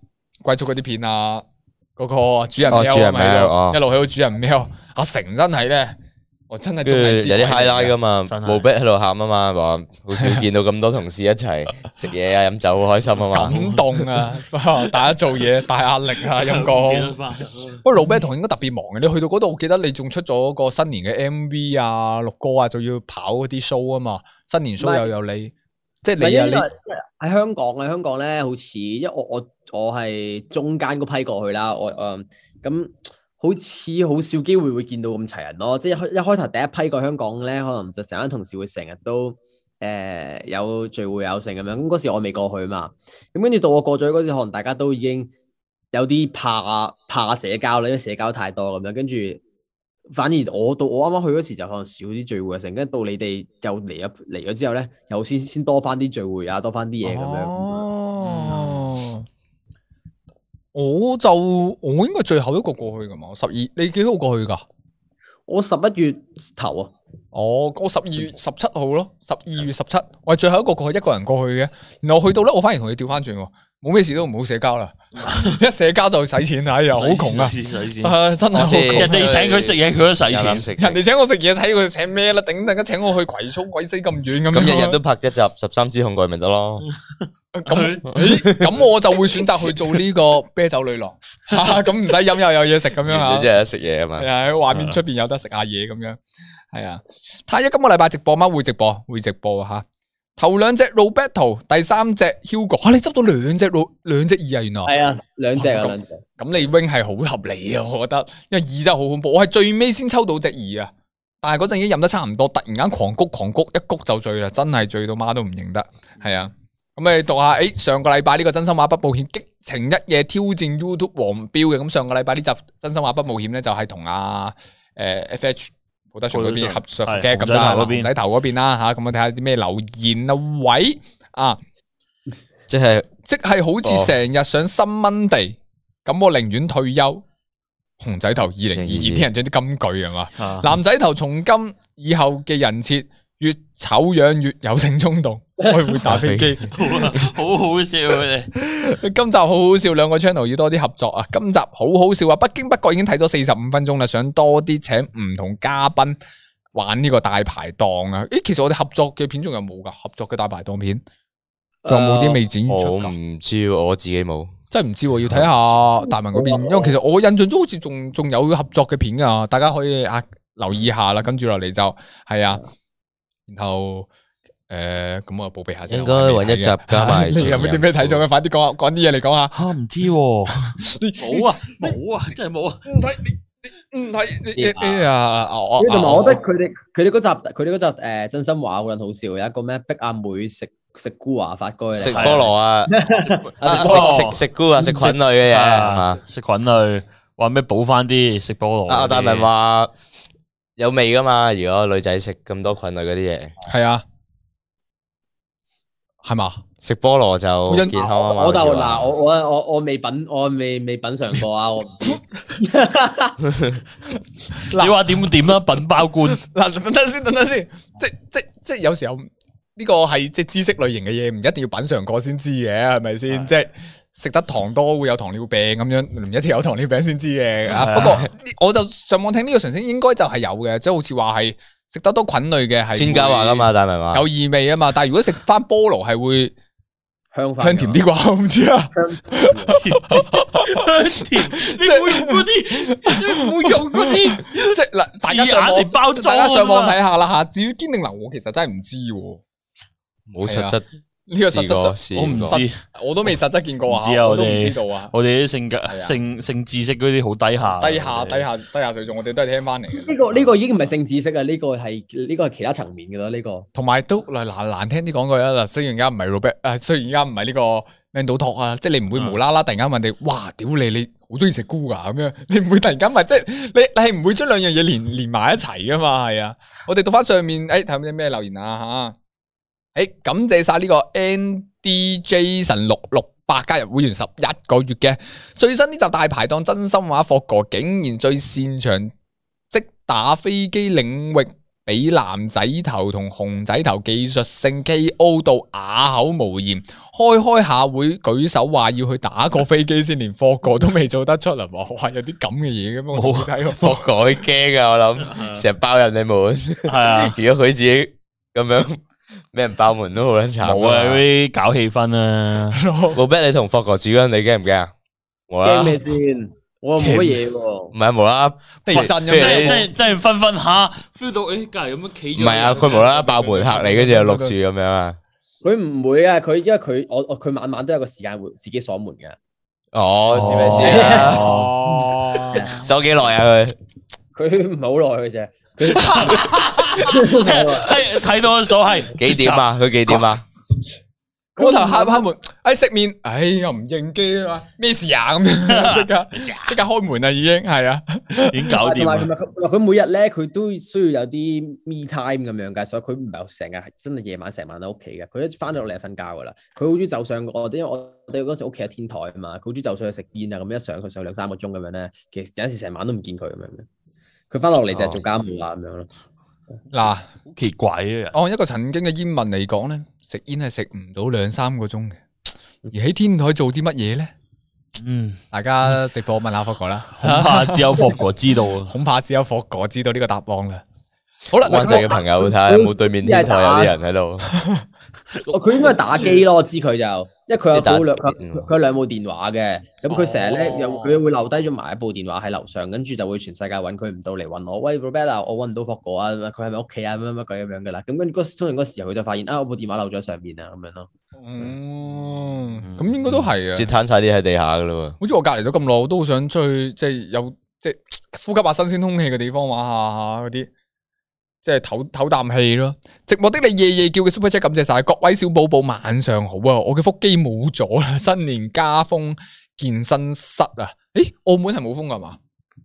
Speaker 1: 鬼畜嗰啲片啊，嗰個主人
Speaker 4: 哦
Speaker 1: 喵
Speaker 4: 主
Speaker 1: 啊
Speaker 4: 人
Speaker 1: 咪
Speaker 4: 喵哦
Speaker 1: 一路喺度主人喵，阿成真係咧，我真係
Speaker 4: 跟
Speaker 1: 仲係
Speaker 4: 住有啲 high line 噶嘛，
Speaker 3: 真係
Speaker 4: 冇 b 喺度喊啊嘛，話好少見到咁多同事一齊食嘢啊、飲酒，好開心啊嘛。
Speaker 1: 感動啊！ 大家做 嘢大壓力啊，陰
Speaker 3: 唔記得
Speaker 1: 公。
Speaker 4: 嗯
Speaker 3: 翻
Speaker 1: 不過老 b 同應該特別忙嘅，你去到嗰度，我記得你仲出咗個新年嘅 MV 啊，錄歌啊，仲要跑嗰啲 show 啊嘛，新年 show
Speaker 2: 唔係
Speaker 1: 又有你，即
Speaker 2: 唔係
Speaker 1: 係你
Speaker 2: 因
Speaker 1: 啊
Speaker 2: 為
Speaker 1: 你
Speaker 2: 喺香港喺香港咧，好似因為我我我係中間嗰批過去啦，我誒咁、好似好少機會會見到咁齊人咯。即係一開一開頭第一批過香港咧，可能就成班同事會成日都誒、呃有聚會有成咁樣。咁嗰時我未過去嘛，咁跟住到我過咗去嗰時，可能大家都已經有啲怕怕社交啦，因為社交太多咁樣，跟住。反而我到我啱啱去嗰時就可能少啲聚會啊，成跟住到你哋又嚟咗嚟咗之後咧，又先先多翻啲聚會啊，多翻啲嘢咁樣。
Speaker 1: 哦，我就我應該最後一個過去噶嘛，我十二你幾號過去噶？
Speaker 2: 我十一月頭啊，
Speaker 1: 我我十二月十七號咯，十二月十七，我係最後一個過去，一個人過去嘅。然後去到咧，我反而同你調翻轉喎，冇咩事都唔好社 交啦，一社交就使錢啦，哎呀，好窮啊！
Speaker 3: 使錢使錢
Speaker 1: 啊真係好窮。
Speaker 3: 人哋請佢食嘢，佢都使
Speaker 4: 有
Speaker 3: 錢
Speaker 4: 諗。食
Speaker 1: 人
Speaker 4: 食
Speaker 1: 哋請我食嘢，睇佢請咩啦？頂，突然間請我去葵涌鬼死咁遠咁樣。
Speaker 4: 咁日日都拍一集十三支控蓋咪得咯。
Speaker 1: 咁，咦咁我就會選擇去做呢個啤酒女郎， 咁唔使飲又有嘢食咁 樣
Speaker 4: 你
Speaker 1: 吓。
Speaker 4: 真係食嘢啊嘛
Speaker 1: 系。喺畫面出边有得食下嘢咁樣，係啊。太一今個禮拜直播啊嗎？會直播，會直播啊吓。頭兩隻 Roberto，第三隻 Hugo，吓、你執到兩隻 Ro 兩隻二啊，原來。
Speaker 2: 係啊，兩隻啊
Speaker 1: 咁
Speaker 2: 兩隻。
Speaker 1: 咁你 wing 係好合理啊，我覺得，因為二真係好恐怖，我係最尾先抽到隻二啊，但係嗰陣已經飲得差唔多，突然間狂谷狂谷，一谷就醉啦，真係醉到媽都唔認得，係啊。咁你讀下，诶、上個禮拜呢個真心話不冒險激情一夜挑戰 YouTube 黃標嘅，咁上個禮拜呢集真心話不冒險咧就係同阿呃诶 FH 好德信嗰邊合作嘅，
Speaker 3: 係
Speaker 1: 咁就係
Speaker 3: 紅仔頭嗰邊
Speaker 1: 紅仔頭嗰邊啦吓，咁我睇下啲咩留言啊，喂啊！
Speaker 4: 即係
Speaker 1: 即係好似成日想新蚊地，咁我寧願退休。熊仔頭二零二二
Speaker 4: 2022
Speaker 1: 啲人整啲金句係嘛？
Speaker 3: 啊
Speaker 1: 男仔頭從今以後嘅人設越醜樣越有性衝動，我會打飛 機。
Speaker 3: 好啊好好笑啊佢哋。
Speaker 1: 今集好好笑，兩個 channel 要多啲合作啊！今集好好笑啊！不經不覺已經睇咗四十五分鐘啦，想多啲請唔同嘉賓玩呢個大排檔啊！咦，其實我哋合作嘅片仲有冇㗎？合作嘅大排檔片仲有冇啲未剪出
Speaker 4: 我
Speaker 1: 㗎？
Speaker 4: 唔知喎，我自己冇。
Speaker 1: 真係唔知喎，要睇下大文嗰邊，因為其實我印象中好似仲仲有合作嘅片噶，大家可以啊留意下啦。跟住落嚟就係啊，然後诶咁、我報備下先。
Speaker 4: 應該揾一集加埋
Speaker 1: 你有冇啲咩睇咗嘅？快啲講啊下，講啲嘢嚟講下。
Speaker 3: 吓唔知喎，冇啊冇啊，真係冇啊！
Speaker 1: 唔睇你唔睇你哎呀！我
Speaker 4: 哦
Speaker 2: 因為同埋我
Speaker 1: 哦
Speaker 2: 覺得佢哋佢哋嗰集佢哋嗰集誒真心話好撚好笑，有一個咩逼阿妹食食菇啊發哥
Speaker 4: 食
Speaker 2: 嚟
Speaker 4: 菠蘿啊，啊
Speaker 2: 啊
Speaker 3: 食菠蘿
Speaker 4: 食食食菇啊，食菌類嘅嘢係嘛
Speaker 3: 啊？食菌類，話咩補翻啲食菠蘿嗰啲。
Speaker 4: 啊，大文話有味噶嘛？如果女仔食咁多菌類嗰啲嘢，
Speaker 1: 係啊，係嘛？
Speaker 4: 食菠蘿就健康啊嘛。
Speaker 2: 我就
Speaker 4: 好似話
Speaker 2: 嗱，我我我我未品，我未未品嚐過啊！我唔知
Speaker 3: 你話點點啦，品包官
Speaker 1: 嗱，等等先，等等先，即即即有時候呢個係即知識類型嘅嘢，唔一定要品嚐過先知嘅，係咪先？即食得糖多會有糖尿病咁樣，唔一定有糖尿病先知嘅。啊，
Speaker 3: 係啊
Speaker 1: 不過呢我就上網聽呢個常識應該就係有嘅，即好似話係食得多菌類嘅係
Speaker 4: 專家話噶嘛，大文話
Speaker 1: 會有異味啊嘛。但係如果食翻菠蘿係會
Speaker 2: 香飯
Speaker 1: 香甜啲啩，我唔知啊。
Speaker 3: 甜，你冇用嗰啲，你冇用嗰啲。
Speaker 1: 即係嗱，大家
Speaker 3: 字眼
Speaker 1: 上網
Speaker 3: 嚟包裝
Speaker 1: 大家上網
Speaker 3: 啊嘛
Speaker 1: 睇下啦吓。至於堅定流，我其實真係唔知喎。
Speaker 4: 冇實質。
Speaker 1: 呢個實
Speaker 4: 試過
Speaker 1: 質
Speaker 4: 試
Speaker 1: 上
Speaker 4: 過
Speaker 3: 我唔知，
Speaker 1: 我都未實質見過啊
Speaker 3: 唔知，啊
Speaker 1: 我都唔
Speaker 3: 我哋
Speaker 1: 知道啊。
Speaker 3: 我哋啲性
Speaker 1: 啊
Speaker 3: 格、性性知識嗰啲好低下，
Speaker 1: 低下低。下低下水準，我哋都係聽翻嚟嘅。
Speaker 2: 呢個呢個已經唔係性知識啊，呢個係呢個係其他層面嘅咯，呢個。
Speaker 1: 同埋都嗱難難聽啲講句啊啦，嗱，雖然而家唔係 Robert，誒雖然而家唔係呢個 Man 賭托啊，即係你唔會無啦啦突然間問你，哇屌你你好中意食菇㗎咁樣，你唔會突然間問，即係 你你係唔會將兩樣嘢連連埋一齊㗎嘛，係啊。我哋讀翻上面，哎誒睇下有啲咩留言啊嚇，誒感謝晒呢個 NDJ 神六六百加入會員十一個月嘅最新呢集大排檔真心話霍哥竟然最擅長即打飛機領域俾男仔頭同熊仔頭技術性 K.O. 到啞口無言，開開下會舉手話要去打個飛機先，連霍哥都未做得出嚟，哇！有啲咁嘅嘢嘅咩？我冇睇 過
Speaker 4: 霍哥佢驚啊！我諗成日包人哋門，
Speaker 3: 系啊，
Speaker 4: 如果佢自己咁樣俾人包門都好撚慘。
Speaker 3: 冇啊，嗰啲搞氣氛啊，
Speaker 4: 老 b 你同霍哥主人你驚唔驚啊？冇啦
Speaker 2: 驚，咩先？ 我又冇乜嘢喎
Speaker 4: 唔。係無啦啦，
Speaker 1: 地震咁
Speaker 4: 不如
Speaker 1: 樣
Speaker 4: 你
Speaker 3: 突然突然瞓瞓下，feel 到诶，隔離咁樣企
Speaker 4: 唔
Speaker 3: 咗。
Speaker 4: 係啊，佢無啦啦爆
Speaker 3: 哦
Speaker 4: 門嚇你，跟住又錄住咁樣啊。
Speaker 2: 佢唔會啊，佢因為佢我我佢晚晚都有個時間會自己鎖門嘅。
Speaker 4: 哦，知唔知啊？
Speaker 1: 哦，
Speaker 4: 守幾耐啊佢？
Speaker 2: 佢唔係好耐嘅啫。佢 唔係好耐
Speaker 3: 睇睇到數係
Speaker 4: 幾點？啊？佢幾點啊？
Speaker 1: 嗰頭敲敲門，哎食面，哎又唔應機啊，咩事啊咁 樣，即刻即刻開門啦已經，係啊，
Speaker 3: 已經搞
Speaker 2: 同
Speaker 3: 掂啊
Speaker 2: 埋
Speaker 3: 啦
Speaker 2: 同。埋佢佢每日咧，佢都需要有啲 me time 咁樣㗎，所以佢唔係成日係真係夜晚成晚喺屋企嘅。佢一翻到落嚟就瞓覺㗎啦。佢好中意就上我哋，因為我哋嗰時屋企喺天台啊嘛，佢好中意就上去食煙啊，咁一上佢上兩三個鐘咁樣咧，其實有陣時成晚都唔見佢咁樣嘅。佢翻落嚟就係做家務啊咁樣咯。
Speaker 1: 嗱。
Speaker 3: 好奇怪啊！人
Speaker 1: 按一個曾經嘅煙民嚟講咧，食煙係食唔到兩三個鐘嘅，而喺天台做啲乜嘢咧？
Speaker 3: 嗯，
Speaker 1: 大家直播問下霍哥啦，
Speaker 3: 恐怕只有霍哥知道啊。
Speaker 1: 恐怕只有霍哥知道呢個答案啦。好啦，
Speaker 4: 灣仔嘅朋友睇下有冇對面天台有啲人喺度。
Speaker 2: 哦，佢應該係打機咯，我知佢就，因為佢有
Speaker 4: 你打
Speaker 2: 佢有兩佢
Speaker 4: 嗯
Speaker 2: 佢佢有兩部電話嘅，咁佢成日咧
Speaker 3: 哦
Speaker 2: 又佢會留低咗埋一部電話喺樓上，跟住就會全世界揾佢唔到嚟揾我，喂 Roberta，我揾唔到霍哥啊，佢係咪屋企啊？乜乜鬼咁樣噶啦，咁跟住嗰通常嗰時候佢就發現啊，我部電話漏咗喺上面啊，咁樣咯。
Speaker 1: 嗯哦，咁應該都係
Speaker 4: 折
Speaker 1: 啊。
Speaker 4: 攤晒啲喺地下噶咯
Speaker 1: 好似我隔離咗咁耐，我都好想出去，即係有即係呼吸下新鮮空氣嘅地方玩下嗰啲，即係唞唞啖氣咯。寂寞的你夜夜叫嘅 super chat 感謝晒各位小寶寶，晚上好啊！我嘅腹肌冇咗啦， 新年加封健身室啊！咦，澳門係冇封噶嘛？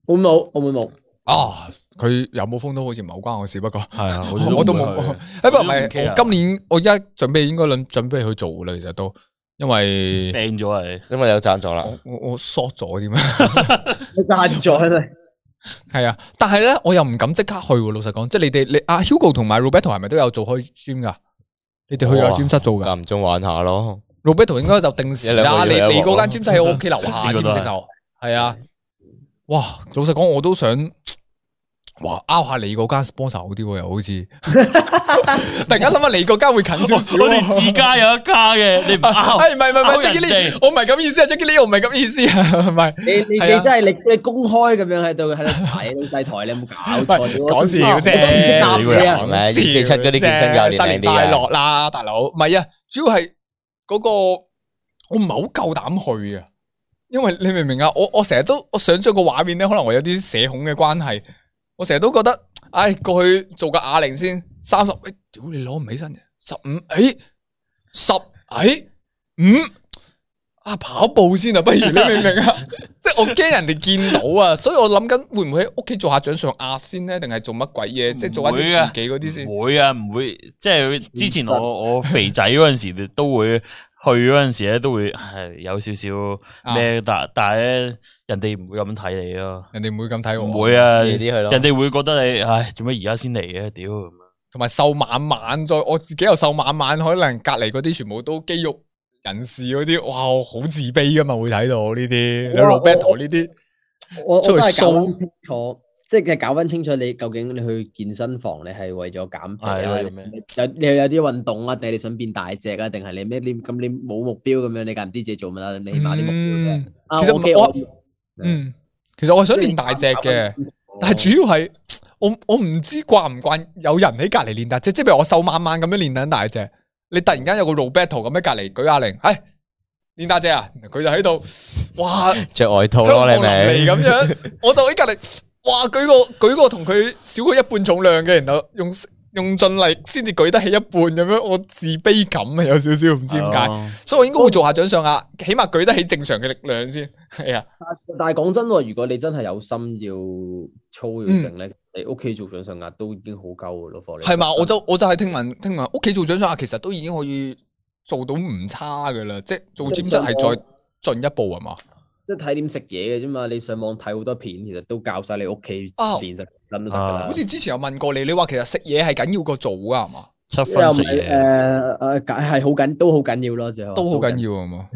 Speaker 2: 澳門冇，澳門冇，
Speaker 1: 啊，佢有冇封都好似唔係好關我事，不過
Speaker 3: 係 啊，
Speaker 1: 我都冇
Speaker 3: 會去。
Speaker 1: 诶，不過
Speaker 3: 我都
Speaker 1: 唔
Speaker 3: 唔
Speaker 1: 係，我
Speaker 3: care 啊
Speaker 1: 今年我而家準備應該諗準備去做啦，其實都因為
Speaker 3: 掟咗啊係
Speaker 4: 喎，因為有贊助啦。
Speaker 1: 我我我 short 咗添啊，
Speaker 2: 你賺咗啦，
Speaker 1: 係啊，但係咧我又唔敢即刻去喎，老實講，即係你哋你阿 Hugo 同埋 Roberto 係咪都有做開 gym 噶？你哋去有
Speaker 4: 我啊
Speaker 1: gym 室做噶
Speaker 4: 間唔中玩下咯。
Speaker 1: ？Roberto 應該就定時啦，
Speaker 4: 一兩個
Speaker 1: 你
Speaker 4: 月
Speaker 1: 你
Speaker 4: 有我
Speaker 1: 嗰間 gym 室喺我屋企樓下
Speaker 3: 呢
Speaker 1: 添，
Speaker 3: 個
Speaker 1: 直
Speaker 3: 都係
Speaker 1: 就係啊，哇！老實講我都想。哇，拗下你嗰間 sponsor 好啲喎，又好 似，突然間諗下你嗰間會近少少喎。哎
Speaker 3: 我哋自家有一家嘅， 你唔啱。
Speaker 1: 系唔系唔系唔
Speaker 3: 拗
Speaker 1: 系
Speaker 3: 人
Speaker 1: Jackie
Speaker 3: 哋
Speaker 1: Lee，我唔係咁意思啊，Jackie Lee，我唔係咁意思啊，唔係
Speaker 2: 你你你
Speaker 1: 係啊
Speaker 2: 真係你你公開咁樣喺度喺度踩老細台，你有冇搞錯？
Speaker 1: 喂講笑啫
Speaker 2: 我都唔答你
Speaker 4: 係
Speaker 2: 啊！
Speaker 4: 咪二四七嗰啲健身教練
Speaker 1: 新年
Speaker 4: 靚啲
Speaker 1: 快
Speaker 4: 啊？
Speaker 1: 樂啦，大佬，唔係啊，主要係嗰個我唔係好夠膽去啊，因為你明唔明啊？我我成日都我想象個畫面咧，可能我有啲社恐嘅關係，我成日都覺得，唉，過去做個啞鈴先，三十，喂，屌你攞唔起身嘅，十五，诶，十，诶，五。啊跑步先啊，不如你明 唔明啊？即系我驚人哋見到啊，所以我諗緊會唔會喺屋企做下掌上壓先咧，定係做乜鬼嘢？即係做一
Speaker 3: 唔會
Speaker 1: 啲
Speaker 3: 啊
Speaker 1: 自己嗰啲先。
Speaker 3: 唔會啊，唔會，即係之前我我肥仔嗰阵时都會去嗰阵时咧，都會係有少少咩，但但係咧人哋唔會咁睇你咯，
Speaker 1: 人哋唔會咁睇我，
Speaker 3: 唔會啊，
Speaker 4: 夜啲去咯
Speaker 3: 人哋會覺得你唉做咩而家先嚟嘅，屌咁樣
Speaker 1: 同埋瘦晚晚再，我自己又瘦晚晚，可能隔離嗰啲全部都肌肉人士嗰啲，哇，我好自卑噶嘛，會睇到呢啲，你
Speaker 2: 哇
Speaker 1: Roberto 呢啲，
Speaker 2: 我我
Speaker 1: 出
Speaker 2: 都
Speaker 1: 去
Speaker 2: 係
Speaker 1: show
Speaker 2: 搞返清楚，即係搞翻清楚你究竟你去健身房你係為咗減肥
Speaker 3: 係
Speaker 2: 啊？
Speaker 3: 為咗咩
Speaker 2: 有你有啲運動啊，定係你想變大隻啊？定係你咩？你咁你冇目標咁樣，你梗係唔知自己做乜啦？你起碼啲目標啫。
Speaker 1: 嗯
Speaker 2: 啊
Speaker 1: 其實
Speaker 2: OK，
Speaker 1: 我
Speaker 2: 我
Speaker 1: 嗯，其實我想練大隻嘅。但系主要係我我唔知慣唔慣有人喺隔離練大隻，即係譬如我瘦晚晚咁樣練緊大隻，你突然間有個 Roberto 咁喺隔離舉啞鈴，唉、練大隻啊，佢就喺度， 哇，香
Speaker 4: 着外套咯，
Speaker 1: 港
Speaker 4: 你
Speaker 1: 淋漓
Speaker 4: 咪
Speaker 1: 咁樣，我就喺隔離，哇，舉個舉個同佢少過一半重量嘅，然後用用盡力先至舉得起一半咁樣，我自卑感啊有少少唔知點解，
Speaker 3: 係
Speaker 4: 哦
Speaker 3: 啊
Speaker 1: 所以我應該會做下掌上壓，起碼舉得起正常嘅力量先， 係啊，
Speaker 2: 但但係講真喎，如果你真係有心要操要成咧，你屋企做掌上壓都已經好夠嘅咯，
Speaker 1: 嗯
Speaker 2: 課
Speaker 1: 係嘛？我就我就係聽聞聽聞屋企做掌上壓其實都已經可以做到唔差噶啦，即係做
Speaker 2: 即係
Speaker 1: 尖室係再進一步係嘛？
Speaker 2: 即即係睇點食嘢嘅啫嘛。你上網睇好多片，其實都教晒你屋企
Speaker 1: 啊
Speaker 2: 練實真都得㗎啦。
Speaker 1: 好似之前有問過你，你話其實食嘢係緊要過做啊噶係嘛？
Speaker 4: 啊
Speaker 3: 七
Speaker 2: 又
Speaker 3: 分
Speaker 2: 唔
Speaker 3: 食
Speaker 2: 係
Speaker 3: 嘢，
Speaker 2: 誒誒，係好緊都好緊要咯，最後
Speaker 1: 都好緊要啊嘛。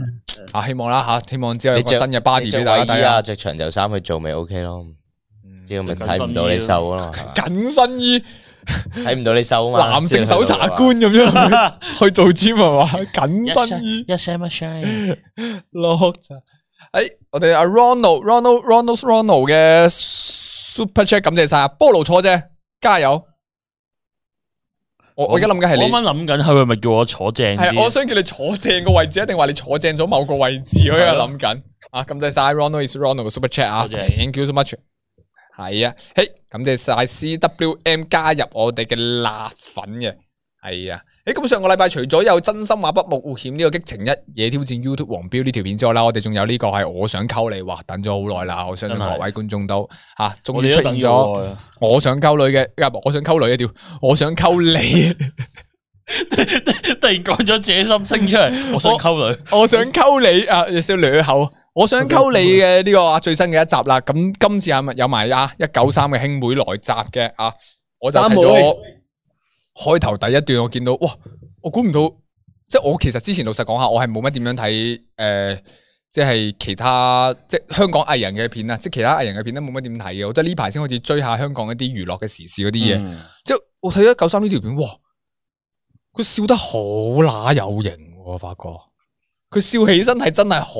Speaker 1: 啊，希望啦吓，希望之後有個
Speaker 4: 嗯你着
Speaker 1: 新嘅 body 俾大家睇
Speaker 4: 啊，
Speaker 1: 啊。
Speaker 4: 着長袖衫去做咪 OK 咯，
Speaker 1: 嗯
Speaker 4: 只要咪睇唔到你瘦啊嘛，係嘛
Speaker 1: 緊身衣
Speaker 4: 睇唔到你瘦啊嘛，
Speaker 1: 男性搜查官咁樣 去做 gym 係嘛？緊身衣。
Speaker 3: 一 share 一 share，
Speaker 1: 落咋？诶，我哋阿 Ronald Ronald Ronald Ronald eh, 嘅 Super Chat 感謝晒啊！菠蘿坐啫，加油！我我而家諗緊係
Speaker 3: 我啱
Speaker 1: 你
Speaker 3: 啱諗緊係咪叫我坐正
Speaker 1: 係啊，我
Speaker 3: 啲？
Speaker 1: 想叫你坐正個位置，一定話你坐正咗某個位置，我而家諗緊啊！感謝晒 Ronald is Ronald 嘅 Super Chat 啊
Speaker 3: 多謝
Speaker 1: ，Thank you so much。係啊，嘿，感謝晒 CWM 加入我哋嘅辣粉嘅，係啊。诶，咁上個禮拜除咗有真心話不冒險呢個激情一夜挑戰 YouTube 黃標呢條片之外啦，我哋仲有呢個係我想溝你，哇，等咗好耐啦，我相信
Speaker 3: 真
Speaker 1: 各
Speaker 3: 係
Speaker 1: 位觀眾都吓，終
Speaker 3: 我
Speaker 1: 於
Speaker 3: 哋
Speaker 1: 出
Speaker 3: 都
Speaker 1: 現
Speaker 3: 等
Speaker 1: 咗
Speaker 3: 咗耐啊，
Speaker 1: 我想溝女嘅，啊唔我想溝女嘅屌，我想溝你。
Speaker 3: 突然講咗自己心聲出嚟，我想溝女，
Speaker 1: 我想溝你啊，有少捋口。我想溝你嘅呢個啊最新嘅一集啦。咁今次有咪有埋啊一九三嘅兄妹來襲嘅啊，我就睇
Speaker 2: 三
Speaker 1: 咗
Speaker 2: 妹
Speaker 1: 開頭第一段，我見到哇，我估唔到，即系我其實之前老實講下，我係冇乜點樣睇诶。呃即係其他即係香港藝人嘅片啊，即係其他藝人嘅片都冇乜點睇嘅，我覺得呢排先開始追下香港一啲娛樂嘅時事嗰啲嘢。
Speaker 3: 嗯
Speaker 1: 即系我睇咗九三呢條片，哇！佢笑得好乸有型喎，我發覺佢笑起身係真係好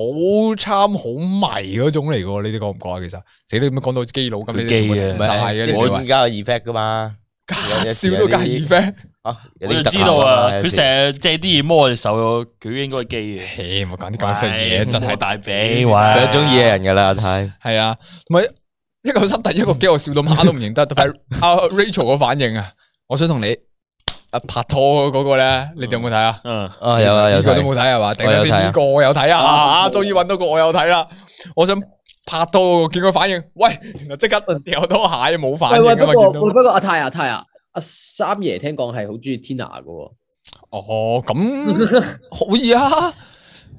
Speaker 1: 參好迷嗰種嚟嘅喎，你哋覺唔覺啊？其實死你咁樣講到好似基佬咁，
Speaker 3: 佢
Speaker 1: 你哋
Speaker 3: 基
Speaker 1: 全部
Speaker 3: 嘅
Speaker 1: 停
Speaker 4: 啊唔
Speaker 1: 晒嘅，
Speaker 4: 係
Speaker 1: 你
Speaker 4: 我
Speaker 1: 哋話
Speaker 4: 而家有 effect 噶嘛，有
Speaker 1: 笑到隔耳 friend，
Speaker 4: 啊，有
Speaker 3: 我
Speaker 4: 啲
Speaker 3: 就
Speaker 4: 特
Speaker 3: 知
Speaker 4: 效
Speaker 3: 道
Speaker 4: 㗎
Speaker 3: 啊
Speaker 4: 嘛，有
Speaker 3: 佢
Speaker 4: 時
Speaker 3: 成日借啲嘢摸我隻手，佢應該係基嘅。
Speaker 1: 嘿唔好講啲咁衰嘢，真
Speaker 3: 摸
Speaker 1: 係
Speaker 3: 大髀，
Speaker 4: 佢
Speaker 3: 喂
Speaker 4: 有中意嘅人噶啦，阿太。
Speaker 1: 係啊，同埋一九三第一個機我笑到媽都唔認得，同埋阿 Rachel 個反應啊，我想同你啊拍拖嗰個咧，你哋有冇睇啊？
Speaker 3: 嗯，
Speaker 4: 啊，有啊，有
Speaker 1: 呢個都
Speaker 4: 睇。
Speaker 1: 冇睇係嘛？頂
Speaker 4: 我有
Speaker 1: 陣
Speaker 4: 睇啊
Speaker 1: 先呢個我有睇啊！啊，終於揾到個我有睇啦！我想拍拖，見佢反應，喂，原來即刻掉多蟹冇反
Speaker 2: 喂
Speaker 1: 應
Speaker 2: 嗯喂，
Speaker 1: 啊
Speaker 2: 不
Speaker 1: 嘛，見到
Speaker 2: 過喂不過阿泰啊泰啊，阿三爺聽講係好中意 Tina 嘅喎。
Speaker 1: 哦，咁可以啊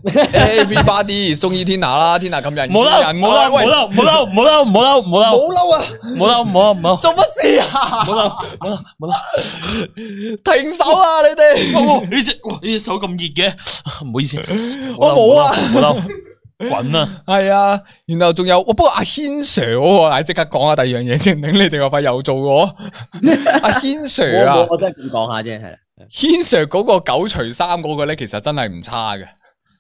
Speaker 1: ！Everybody 中意 Tina 啦，Tina 咁人
Speaker 3: 冇嬲，
Speaker 1: 人啊
Speaker 3: 冇嬲，冇，嬲，冇嬲，冇嬲，冇嬲，冇嬲，
Speaker 1: 冇嬲啊！
Speaker 3: 冇嬲，冇嬲，冇嬲，
Speaker 1: 做乜事啊？
Speaker 3: 冇嬲，冇嬲，冇嬲。
Speaker 1: 停手啊！你哋
Speaker 3: 哇你只哦哇你只手咁熱嘅， 唔好意思，
Speaker 1: 我冇啊
Speaker 3: 冇嬲，冇嬲滾啊！
Speaker 1: 係啊，然後仲有，哇不過阿軒 Sir 嗰個，嗱即刻講下第二樣嘢先，等你哋個肺又做過 阿軒 Sir 啊
Speaker 2: 我我。我真係咁講下啫，係啦。
Speaker 1: 轩 Sir 嗰個九除三嗰個咧，其實真係唔差嘅。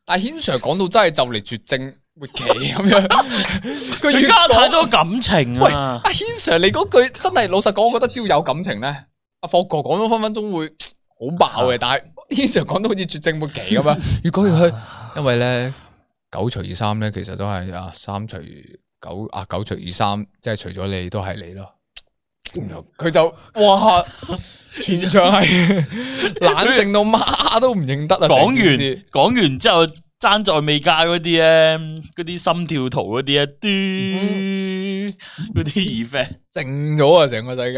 Speaker 1: 但系轩 Sir 講到真係就嚟絕症末期咁樣， 佢
Speaker 3: 佢
Speaker 1: 越
Speaker 3: 加太
Speaker 1: 講
Speaker 3: 多感情
Speaker 1: 喂
Speaker 3: 啊！
Speaker 1: 阿轩 Sir 你嗰句真係老實講，我覺得只要有感情咧，阿霍哥講咗分分鐘會好爆
Speaker 3: 啊
Speaker 1: 嘅。但係轩 Sir 講到好似絕症末期 咁樣，越講越去，
Speaker 3: 啊
Speaker 1: 因為咧九除以三咧，其實都係啊三除九啊九除以三，即係除咗你都係你咯。然
Speaker 3: 嗯
Speaker 1: 後佢就哇， 全場 係冷靜到媽都唔認得啊！成
Speaker 3: 講
Speaker 1: 件事
Speaker 3: 完講完之後，爭在未加嗰啲咧，嗰啲心跳圖嗰啲咧，嘟
Speaker 1: 嗯
Speaker 3: 嗰啲 effect。
Speaker 1: 靜咗啊，成個世界。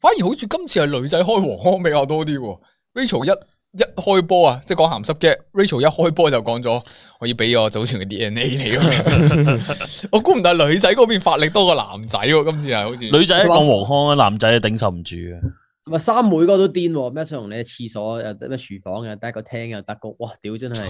Speaker 1: 反而好似今次係女仔開黃腔比較多啲喎。Rachel 一一開波啊，即係講鹹濕嘅。Rachel 一開波就講咗，我要俾我祖傳嘅 DNA 你咁樣。我估唔到係女仔嗰邊發力多過男仔喎，今次係好似。
Speaker 3: 女仔講黃腔啊，男仔頂受唔住啊！
Speaker 2: 同埋三妹嗰個都癲喎，咩想同你喺廁所又得咩廚房又得個廳又得個，哇屌真係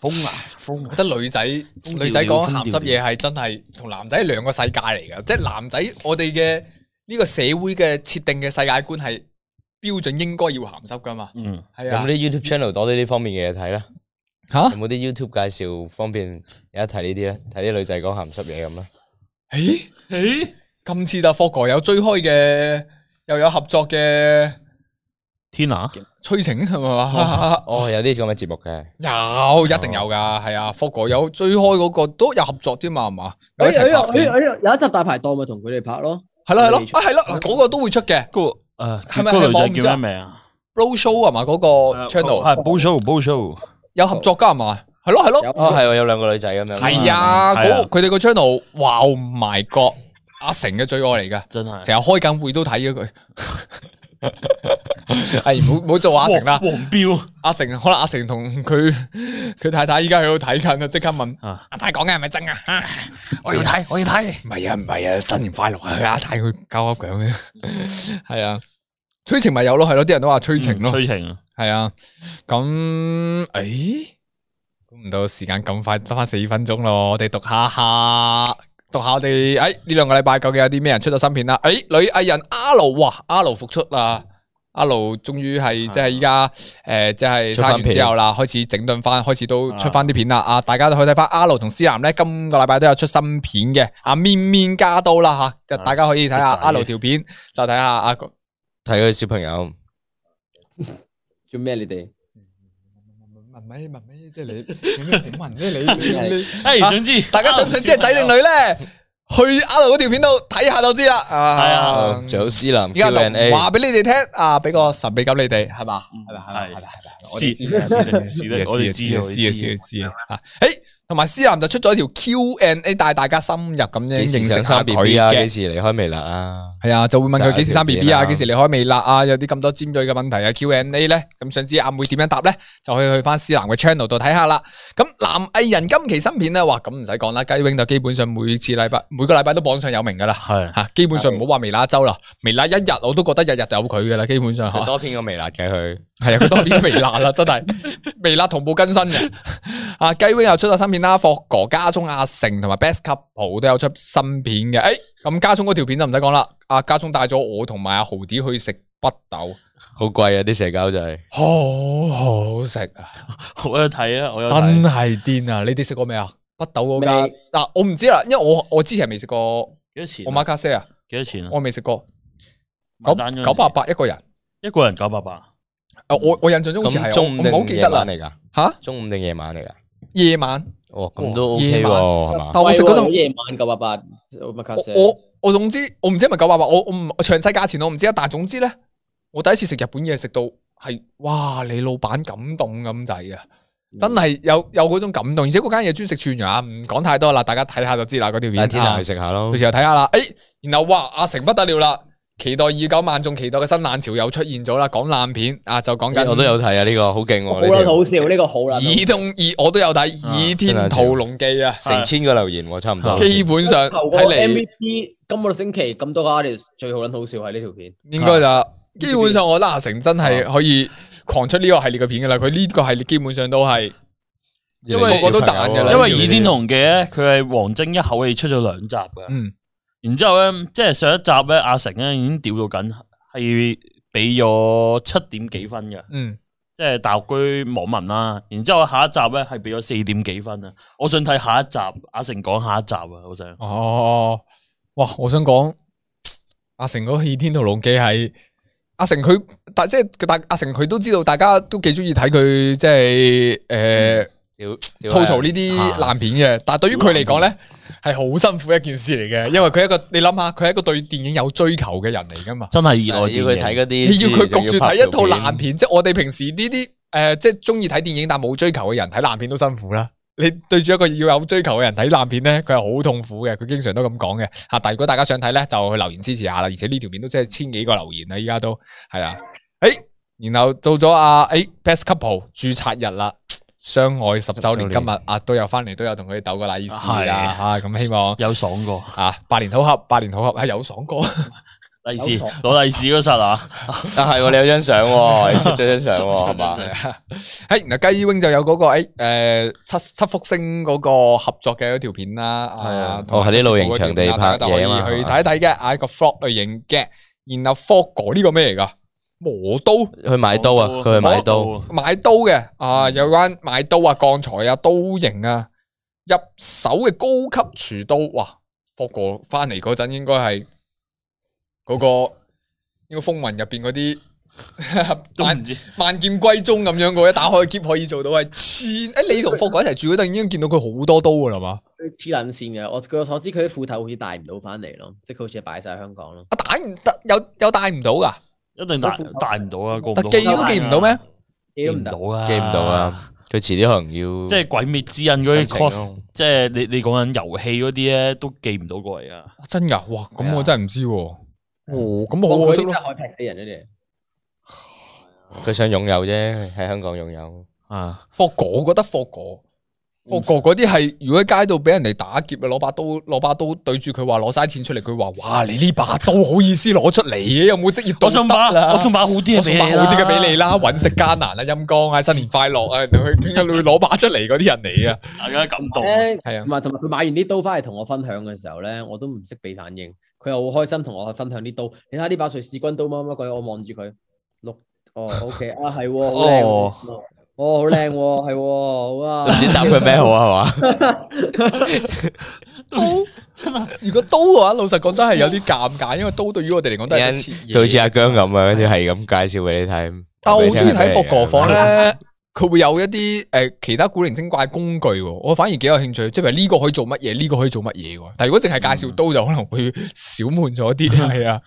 Speaker 3: 瘋啊，瘋
Speaker 1: 我！覺得女仔
Speaker 3: 調
Speaker 1: 女仔講鹹濕嘢係真係同男仔係兩個世界嚟㗎，即係男仔我哋嘅呢個社會嘅設定嘅世界觀係標準應該要鹹濕㗎嘛，
Speaker 3: 嗯，
Speaker 1: 係
Speaker 4: 有
Speaker 1: 啊
Speaker 4: 冇啲 YouTube channel 多啲呢方面嘅嘢睇啦？
Speaker 1: 吓
Speaker 4: 有冇啲 YouTube 介紹方便有得睇呢啲咧？睇啲女仔講鹹濕嘢咁啦。
Speaker 1: 誒。
Speaker 3: 誒。
Speaker 1: 今次就霍哥有追開嘅，又有合作嘅
Speaker 3: 天啊！
Speaker 1: 催情係咪嘛？
Speaker 4: 哦，有啲咁嘅節目嘅，
Speaker 1: 有一定有噶，係啊，霍哥有追開嗰個都有合作添嘛，係嘛？有
Speaker 2: 哎
Speaker 1: 一
Speaker 2: 呀哎呀
Speaker 1: 齊拍
Speaker 2: 哎呀
Speaker 1: 片，
Speaker 2: 哎呀有一集大排檔咪同佢哋拍咯，
Speaker 1: 係咯係咯
Speaker 2: 有，啲
Speaker 1: 啊係咯，嗱嗰個都會出嘅
Speaker 3: 嗰呃個诶，
Speaker 1: 係
Speaker 3: 係
Speaker 1: 咪
Speaker 3: 咪
Speaker 1: 係
Speaker 3: 嗰
Speaker 1: 網
Speaker 3: 女仔
Speaker 1: 唔知啊
Speaker 3: 叫咩名啊
Speaker 1: Road Show 係嘛？嗰
Speaker 2: 啊
Speaker 1: 個 channel
Speaker 3: 係 b o s h o b o s h o
Speaker 1: 有合作噶係嘛？係咯係
Speaker 2: 有
Speaker 1: 咯，
Speaker 4: 哦係喎，有兩個女仔咁樣。
Speaker 1: 係
Speaker 2: 嗯
Speaker 1: 啊，
Speaker 3: 係啊
Speaker 1: 嗰佢哋個 channel 哇唔埋角，阿成嘅最愛嚟
Speaker 2: 嗯
Speaker 1: 噶，
Speaker 3: 真係
Speaker 1: 成日開緊會都睇咗佢。 哎係唔好唔好做阿成啦。
Speaker 3: 黃黃標
Speaker 1: 阿成可能阿成同佢佢 佢太太依家喺度睇緊啊，即刻問
Speaker 3: 啊
Speaker 1: 阿太講嘅係咪真啊？啊我要睇，我要睇。唔係啊，唔係啊，新年快樂啊！阿太佢交噏講嘅， 係啊，催情咪有咯，係咯，啲人都話催情咯，
Speaker 3: 催情啊，
Speaker 1: 係啊。咁诶，估唔到時間咁快得翻四分鐘咯，我哋讀下下。讀下我哋诶呢兩個禮拜究竟有啲咩人出咗新片啦？诶、女藝人阿盧哇，阿盧復出啦，阿盧終於係即係依家诶，即係
Speaker 4: 出
Speaker 1: 生
Speaker 4: 返
Speaker 1: 完
Speaker 4: 片
Speaker 1: 之後啦，開始整頓翻，開始都
Speaker 3: 啊
Speaker 1: 出翻啲片啦。啊，大家都可以睇翻阿盧同思南咧，今個禮拜都有出新片嘅。阿面面加刀啦吓，就
Speaker 3: 啊
Speaker 1: 大家可以睇下
Speaker 3: 小仔
Speaker 1: 阿盧條片，就睇下阿個
Speaker 4: 睇佢小朋友，
Speaker 2: 做咩你哋？
Speaker 1: 文咩文咩，即係你你咩點文咧？你你
Speaker 3: 诶，
Speaker 1: 啊
Speaker 3: 总哎之啊
Speaker 1: 大家想唔想知係仔定女咧？去阿盧嗰條片度睇下就知啦。
Speaker 3: 係
Speaker 1: 啊
Speaker 3: 啊，
Speaker 4: 哦仲有思南
Speaker 1: 依家就
Speaker 4: Q&A，
Speaker 1: 話俾你哋聽啊，俾個神秘感你哋啊係嘛？
Speaker 3: 嗯
Speaker 1: 係咪？係咪？係
Speaker 3: 係
Speaker 1: 咪？係咪我
Speaker 3: 是
Speaker 1: 哋知嘅
Speaker 3: 是定是
Speaker 1: 知
Speaker 3: 定，
Speaker 1: 嘅
Speaker 3: 我哋
Speaker 1: 知
Speaker 3: 知
Speaker 1: 嘅
Speaker 3: 嘅，我
Speaker 1: 知嘅
Speaker 3: 哋
Speaker 1: 知
Speaker 3: 知
Speaker 1: 嘅知嘅啊！诶，同埋思南就出咗一條 Q&A，帶大家深入咁樣
Speaker 4: 幾時
Speaker 1: 認識
Speaker 4: 想
Speaker 1: 下
Speaker 4: 生
Speaker 1: 佢
Speaker 4: B B 啊？
Speaker 1: 嘅
Speaker 4: 幾。時離開微辣啊？
Speaker 1: 系啊，就會問佢幾時生
Speaker 4: 就
Speaker 1: B B 啊，
Speaker 4: 係條片啦
Speaker 1: 幾時離開微辣啊，有啲咁多尖鋭嘅問題啊 Q&A 咧，咁想知阿妹點樣答咧，就可以去翻思南嘅 channel 度睇下啦。咁男藝人今期新片咧，哇，咁唔使講啦，雞 wing 就基本上每次禮拜每個禮拜都榜上有名噶啦，
Speaker 3: 係
Speaker 1: 吓，基本上唔好話微辣一周啦，微辣一日我都覺得日日有佢噶啦，基本上嚇
Speaker 4: 佢多片過微辣嘅佢，
Speaker 1: 系啊，佢多片微辣啦，真系微辣同步更新嘅。啊，雞 wing 又出咗新片啦，霍哥、家中阿成同埋 Best Couple 都有出新片嘅。诶、咁家中嗰條片就唔使講啦。阿家中帶咗我同埋阿豪啲去食北豆，
Speaker 4: 好貴啊啲社交就係。
Speaker 1: 好好食啊！
Speaker 3: 我有睇啊，我有
Speaker 1: 真
Speaker 3: 睇，
Speaker 1: 係癲啊！你哋食過未啊？北豆嗰間
Speaker 2: 未
Speaker 1: 嗱，我唔知啦，因為我我之前未食過我
Speaker 3: 幾多錢啊？
Speaker 1: 馬卡西啊，
Speaker 3: 幾多錢啊？
Speaker 1: 我未食過
Speaker 3: 埋
Speaker 1: 九
Speaker 3: 單嗰陣時
Speaker 1: 九百八一個人。
Speaker 3: 一個人九百八，
Speaker 1: 啊我我印象中好似
Speaker 4: 咁
Speaker 1: 係，我
Speaker 4: 中午
Speaker 1: 我唔好
Speaker 4: 定
Speaker 1: 記
Speaker 4: 夜
Speaker 1: 得啦
Speaker 4: 晚。嚟㗎？
Speaker 1: 吓，
Speaker 4: 中午定夜晚嚟㗎？
Speaker 1: 夜晚，
Speaker 4: 哦，
Speaker 1: 哇
Speaker 4: 咁都
Speaker 1: 夜
Speaker 4: OK
Speaker 1: 晚啊
Speaker 4: 喎，係嘛？
Speaker 1: 但我食嗰陣
Speaker 2: 喂。夜晚九八八麥卡
Speaker 1: 我我我总之我唔知系咪九百八，我我唔我詳細價錢我唔知啊，但系总之咧，我第一次食日本嘢食到係哇，你老闆感動咁滯啊！真係有有嗰種感動，而且嗰間嘢專食串羊啊，唔講太多啦，大家睇下就知啦，嗰條片
Speaker 4: 等天
Speaker 1: 啊
Speaker 4: 下去食下咯
Speaker 1: 到。時候睇下啦。诶、然後哇，阿成不得了啦，期待已久、萬眾期待嘅新冷潮又出現咗啦，講爛片啊，就講緊
Speaker 4: 我都有睇啊，呢個好勁喎！
Speaker 2: 好
Speaker 4: 呢
Speaker 2: 啦，
Speaker 4: 條
Speaker 2: 好笑呢個好啦，
Speaker 1: 倚通倚，我都有睇《
Speaker 3: 啊
Speaker 1: 倚天屠龍記》啊，
Speaker 4: 成千個留言喎，差唔多。
Speaker 1: 基本上
Speaker 2: 頭
Speaker 1: 睇
Speaker 2: 個
Speaker 1: 嚟。
Speaker 2: MVP 今個星期咁多個 artist 最好撚好笑係呢條片，
Speaker 1: 应该就基本上，我覺得阿成真係可以狂出呢個系列嘅片噶啦。佢呢個系列基本上都係
Speaker 4: 越嚟越
Speaker 1: 個個都
Speaker 4: 小朋友
Speaker 1: 賺㗎啦
Speaker 4: 啊
Speaker 3: 因為
Speaker 1: 要
Speaker 3: 《
Speaker 1: 你
Speaker 3: 倚天屠龍記》咧，佢係王晶一口氣出咗兩集嘅。
Speaker 1: 嗯
Speaker 3: 然之后咧，即系上一集咧，阿成咧已经屌到紧，系俾咗七点几分嘅，
Speaker 1: 嗯，
Speaker 3: 即系大陸居网民啦。然之后下一集咧系俾咗四点几分啊！我想睇下一集，阿成讲下一集啊，好想。
Speaker 1: 哦，哇！我想講阿成嗰個《倚天屠龍記》係阿成佢，但即係但阿成佢都知道，大家都幾中意睇佢即係诶
Speaker 4: 屌屌
Speaker 1: 吐槽
Speaker 4: 啊
Speaker 1: 呢啲爛片嘅。但系对于佢嚟講咧，係好辛苦一件事嚟嘅，因為佢一個你諗下，佢係一個對電影有追求嘅人嚟噶嘛。
Speaker 3: 真系热
Speaker 4: 要
Speaker 3: 爱电
Speaker 4: 佢睇
Speaker 3: 影，
Speaker 4: 嗰啲，
Speaker 1: 你要佢焗住睇一套
Speaker 4: 爛
Speaker 1: 爛。片，即系我哋平時呢啲诶，即系中意睇電影但冇追求嘅人睇爛片都辛苦啦。你對住一個要有追求嘅人睇爛片咧，佢係好痛苦嘅，佢經常都咁講嘅吓。但係如果大家想睇咧，就去留言支持下啦。而且呢條片都真係千幾個留言啦，依家都係啊。诶、然後到咗啊诶、Best Couple 注冊日啦，相愛十週年，
Speaker 4: 十週
Speaker 1: 今
Speaker 4: 年
Speaker 1: 日啊都有翻嚟，都有同佢哋鬥個禮事啦
Speaker 3: 係
Speaker 1: 吓。咁、希望
Speaker 3: 有爽过。
Speaker 1: 啊百年好合，百年好合啊係有爽過。
Speaker 3: 利
Speaker 2: 有
Speaker 3: 是
Speaker 2: 爽
Speaker 3: 攞利是嗰刹啊，
Speaker 4: 啊係喎，你有張相喎，你出咗張相 喎，係嘛
Speaker 3: 出？咗
Speaker 1: 诶，啊然後雞 wing 就有嗰、個个诶诶、誒七七福星嗰個合作嘅嗰條片啦，
Speaker 3: 係啊
Speaker 1: 啊，
Speaker 4: 哦喺啲露營場地拍
Speaker 1: 大家
Speaker 4: 嘢啊嘛
Speaker 1: 可以去睇一睇嘅，啊一個 flog 類型嘅。然後 flog 哥呢個咩嚟噶？磨刀
Speaker 4: 去買刀啊，佢去買刀，
Speaker 3: 啊
Speaker 1: 買刀嘅
Speaker 4: 嗯
Speaker 1: 啊，有關買刀啊、鋼材啊、刀型啊，入手嘅高級廚刀，哇！flog 哥翻嚟嗰陣應該係嗰個應該風雲入邊嗰 啲
Speaker 3: 都
Speaker 1: 買
Speaker 3: 唔知
Speaker 1: 万剑歸宗咁樣嘅，一打開 keep 可以做到係千。诶、你同霍哥一齊住嗰陣已經見到佢好多刀噶啦嘛？
Speaker 2: 佢黐撚線嘅。我據我所知，佢啲斧頭好似帶唔到翻嚟咯，即係佢好似擺晒香港咯。
Speaker 1: 啊，打唔得，有有帶唔到噶，
Speaker 3: 一定大大唔到啊，过唔到
Speaker 1: 但記嗯都記唔到咩？
Speaker 2: 記
Speaker 3: 记
Speaker 2: 都
Speaker 3: 唔
Speaker 2: 唔得
Speaker 3: 到，啊，
Speaker 4: 記唔到啊。佢遲啲可能要
Speaker 3: 即系鬼滅之刃嗰啲
Speaker 4: 上程
Speaker 3: cos，
Speaker 4: 咯
Speaker 3: 即系你你讲紧游戏嗰啲咧，都寄唔到過嚟啊！
Speaker 1: 啊真噶？哇，咁我真係唔知喎。哦，咁
Speaker 2: 我
Speaker 1: 好可惜
Speaker 2: 真
Speaker 1: 咯。
Speaker 2: 係可以劈死人嗰啲。
Speaker 4: 佢想擁有啫，喺香港擁有。
Speaker 3: 啊，
Speaker 1: 霍哥，嗯我覺得霍哥，霍哥嗰啲係如果喺街度俾人哋打劫啊，攞把刀攞把刀對住佢話攞晒錢出嚟，佢話哇你呢把刀好意思攞出嚟嘅，有冇職業道
Speaker 3: 我送把
Speaker 1: 德啦？
Speaker 3: 啊我送把好啲
Speaker 1: 我
Speaker 3: 嘅
Speaker 1: 送
Speaker 3: 俾你
Speaker 1: 把
Speaker 3: 啦，
Speaker 1: 好啲嘅俾你啦，揾食艱難啦，陰公啊，新年快樂啊，人哋去點解你會攞把出嚟嗰啲人嚟啊？
Speaker 3: 大家感動。
Speaker 2: 誒
Speaker 1: 係啊
Speaker 2: 同，埋同埋佢買完啲刀翻嚟同我分享嘅時候咧，我都唔識俾反應。佢又好開心同我去分享啲刀。你睇下呢把瑞士軍刀乜乜鬼，我望住佢六哦 OK 啊係喎，好靚
Speaker 3: 哦
Speaker 2: 喎哦好靚喎係喎哇！
Speaker 4: 唔知答佢咩 好啊，系嘛？
Speaker 1: 如果刀嘅話，老實講真係有啲尷尬，因為刀對於我哋嚟講都係一切
Speaker 4: 佢好似阿姜咁啊，跟住係咁介紹俾你睇。
Speaker 1: 但我好中意
Speaker 4: 俾
Speaker 1: 睇
Speaker 4: 你
Speaker 1: 霍
Speaker 4: 聽啊
Speaker 1: 哥房。咧，佢會有一啲诶、呃其他古靈精怪工具喎，我反而幾有興趣，即係譬如呢個可以做乜嘢，呢、個可以做乜嘢喎。但系如果淨係介紹刀就可能會少悶咗 啲，係啊。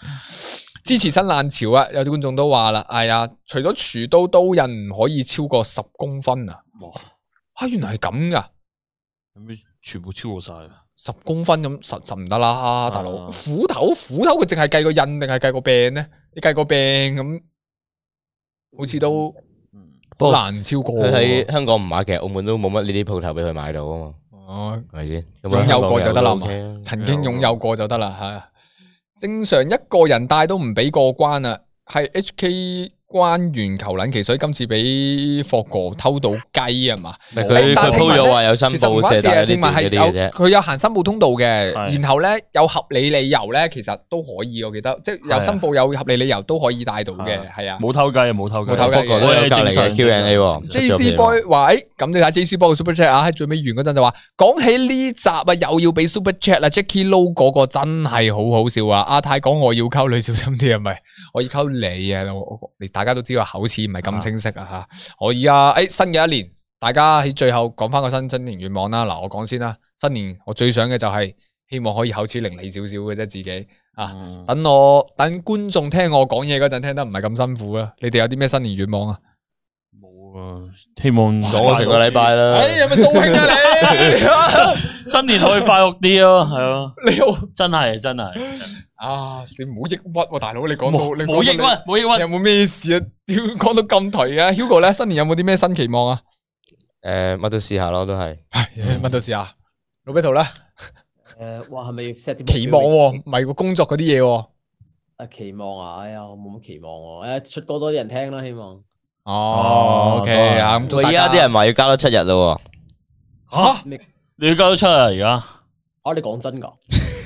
Speaker 1: 支持新浪潮啊！有啲觀眾都話啦，哎呀，除咗廚刀刀刃唔可以超過十公分啊！
Speaker 3: 哇，
Speaker 1: 啊，原來係咁噶，
Speaker 3: 咁全部超過晒啦。
Speaker 1: 十公分咁實實唔得啦，大佬。
Speaker 3: 啊
Speaker 1: 斧頭斧頭佢淨係計個印定係計個柄咧？你計個柄咁，好似都
Speaker 3: 嗯，
Speaker 4: 不過
Speaker 1: 難唔超過
Speaker 4: 佢
Speaker 1: 喎。
Speaker 4: 喺香港唔買，其實澳門都冇乜呢啲鋪頭俾佢買到啊嘛，
Speaker 1: 哦
Speaker 4: 係咪先？
Speaker 1: 擁有
Speaker 4: 咁啊
Speaker 1: 過就得啦
Speaker 4: 香港有都 OK 啊
Speaker 1: 曾經擁有過就得啦吓。正常一個人帶都唔俾過關啊，係 H K 關完球撚期，所以今次俾霍哥偷到雞啊嘛。
Speaker 4: 唔係佢
Speaker 1: 但係
Speaker 4: 佢
Speaker 1: 聽聞
Speaker 4: 鋪
Speaker 1: 呢
Speaker 4: 咗話有申
Speaker 1: 其實唔
Speaker 4: 報，
Speaker 1: 關
Speaker 4: 即係
Speaker 1: 事
Speaker 4: 帶
Speaker 1: 啊，
Speaker 4: 咗啲
Speaker 1: 正話係
Speaker 4: 短嗰
Speaker 1: 有
Speaker 4: 啲嘅啫。
Speaker 1: 佢有行申報通道嘅，
Speaker 3: 係
Speaker 1: 然後咧有合理理由咧，其實都可以，我記得即係
Speaker 3: 係
Speaker 1: 有
Speaker 3: 啊
Speaker 1: 申報有合理理由都可以帶到嘅，係啊。
Speaker 3: 冇偷雞啊，冇偷雞。
Speaker 1: 冇偷雞
Speaker 4: 霍哥都有隔離嘅 Q&A 喎
Speaker 1: J C Boy 話：，诶，咁你睇 J C Boy 嘅 Super Chat 啊，喺最尾完嗰陣就話，講起呢集啊，又要俾 Super Chat 啦，Jackie Lou 嗰個真係好好笑啊！阿泰講我要溝你小心啲啊，咪我要溝你啊！我我你大家都知道口齒唔係咁清晰啊吓。我而家诶新嘅一年，大家喺最後講翻個新新年願望啦。嗱，我講先啦，新年我最想嘅就係希望可以口齒伶俐少少嘅啫，自己啊。
Speaker 3: 嗯
Speaker 1: 等我等觀眾聽我講嘢嗰陣聽得唔係咁辛苦啦。你哋有啲咩新年願望啊？
Speaker 3: 冇啊，希望
Speaker 4: 講我成個禮拜啦。
Speaker 1: 哎，有咪掃興 啊
Speaker 3: 新年可以快樂啲咯，係啊，
Speaker 1: 你？你又
Speaker 3: 真係真係
Speaker 1: 啊，你唔好抑鬱喎，大佬，你講到
Speaker 3: 冇
Speaker 1: 你
Speaker 3: 冇抑
Speaker 1: 鬱，
Speaker 3: 鬱，冇抑
Speaker 1: 你
Speaker 3: 鬱。
Speaker 1: 有冇咩事啊？屌，講到咁頹嘅，Hugo 咧，新年有冇啲咩新期望啊？
Speaker 4: 诶，乜都試下咯，都係。
Speaker 1: 係問到事啊，老比圖咧，
Speaker 2: 誒哇係咪要 set 啲目標
Speaker 1: 期望喎，唔係個工作嗰啲嘢喎。
Speaker 2: 啊期望啊！哎呀我冇乜期望喎，誒出歌多啲人聽啦希望。
Speaker 1: 哦
Speaker 3: 都
Speaker 1: ，OK
Speaker 3: 係
Speaker 1: 啊，咁祝
Speaker 4: 喂，
Speaker 1: 大
Speaker 4: 而
Speaker 1: 家
Speaker 4: 家啲人話啊要加多七日咯
Speaker 1: 吓，
Speaker 3: 你要交得出啊，而家。
Speaker 2: 啊你講真㗎？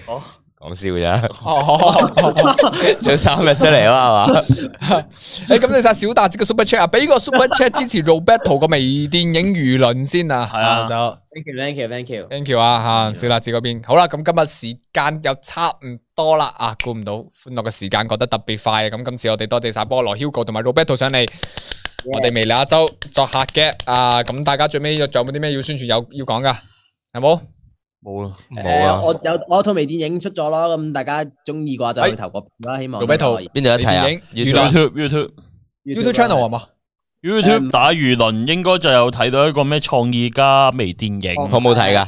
Speaker 4: 喎， 講 笑咋？
Speaker 1: 哦，
Speaker 4: 做三日出嚟啊嘛，係嘛？
Speaker 1: 誒，咁你晒小達子嘅 Super Chat 啊，俾個 Super Chat 支持 Roberto 個微電影輿論先啊，
Speaker 3: 係啊
Speaker 1: 就。
Speaker 2: Thank you, thank you, thank you。
Speaker 1: thank you 啊吓，小辣子嗰邊好啦，咁今日時間又差唔多啦啊，估唔到歡樂嘅時間過得特別快啊！咁今次我哋多謝晒菠蘿 Hugo 同埋 Roberto 上嚟，我哋微辣一周作客嘅啊，咁大家最尾仲有冇啲咩要宣傳有要講噶？有冇？
Speaker 3: 冇啦，
Speaker 4: 冇
Speaker 2: 誒
Speaker 4: 啊，
Speaker 2: 我有我套微電影出咗啦，咁大家中意嘅話就去投個票啦，希望
Speaker 1: 做咩套
Speaker 2: 可以啊
Speaker 4: 邊度有睇啊
Speaker 1: 微電影娛樂
Speaker 4: YouTube
Speaker 3: YouTube YouTube
Speaker 1: YouTube channel 啊係嘛？
Speaker 3: YouTube
Speaker 2: 誒
Speaker 3: 打輿論應該就有睇到一個咩創意加微電影，
Speaker 4: 好冇睇㗎？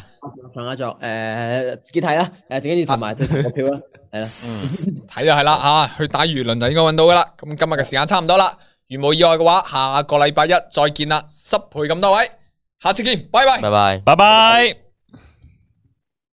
Speaker 2: 上一作誒自己睇啦，誒最緊要同埋去投個票啦，係啦。
Speaker 1: 睇就係啦啊，去打輿論就應該揾到噶啦。咁今日嘅時間差唔多啦，如無意外嘅話，下個禮拜一再見啦，失陪咁多位，下次見，拜拜。
Speaker 4: 拜拜。
Speaker 3: 拜拜。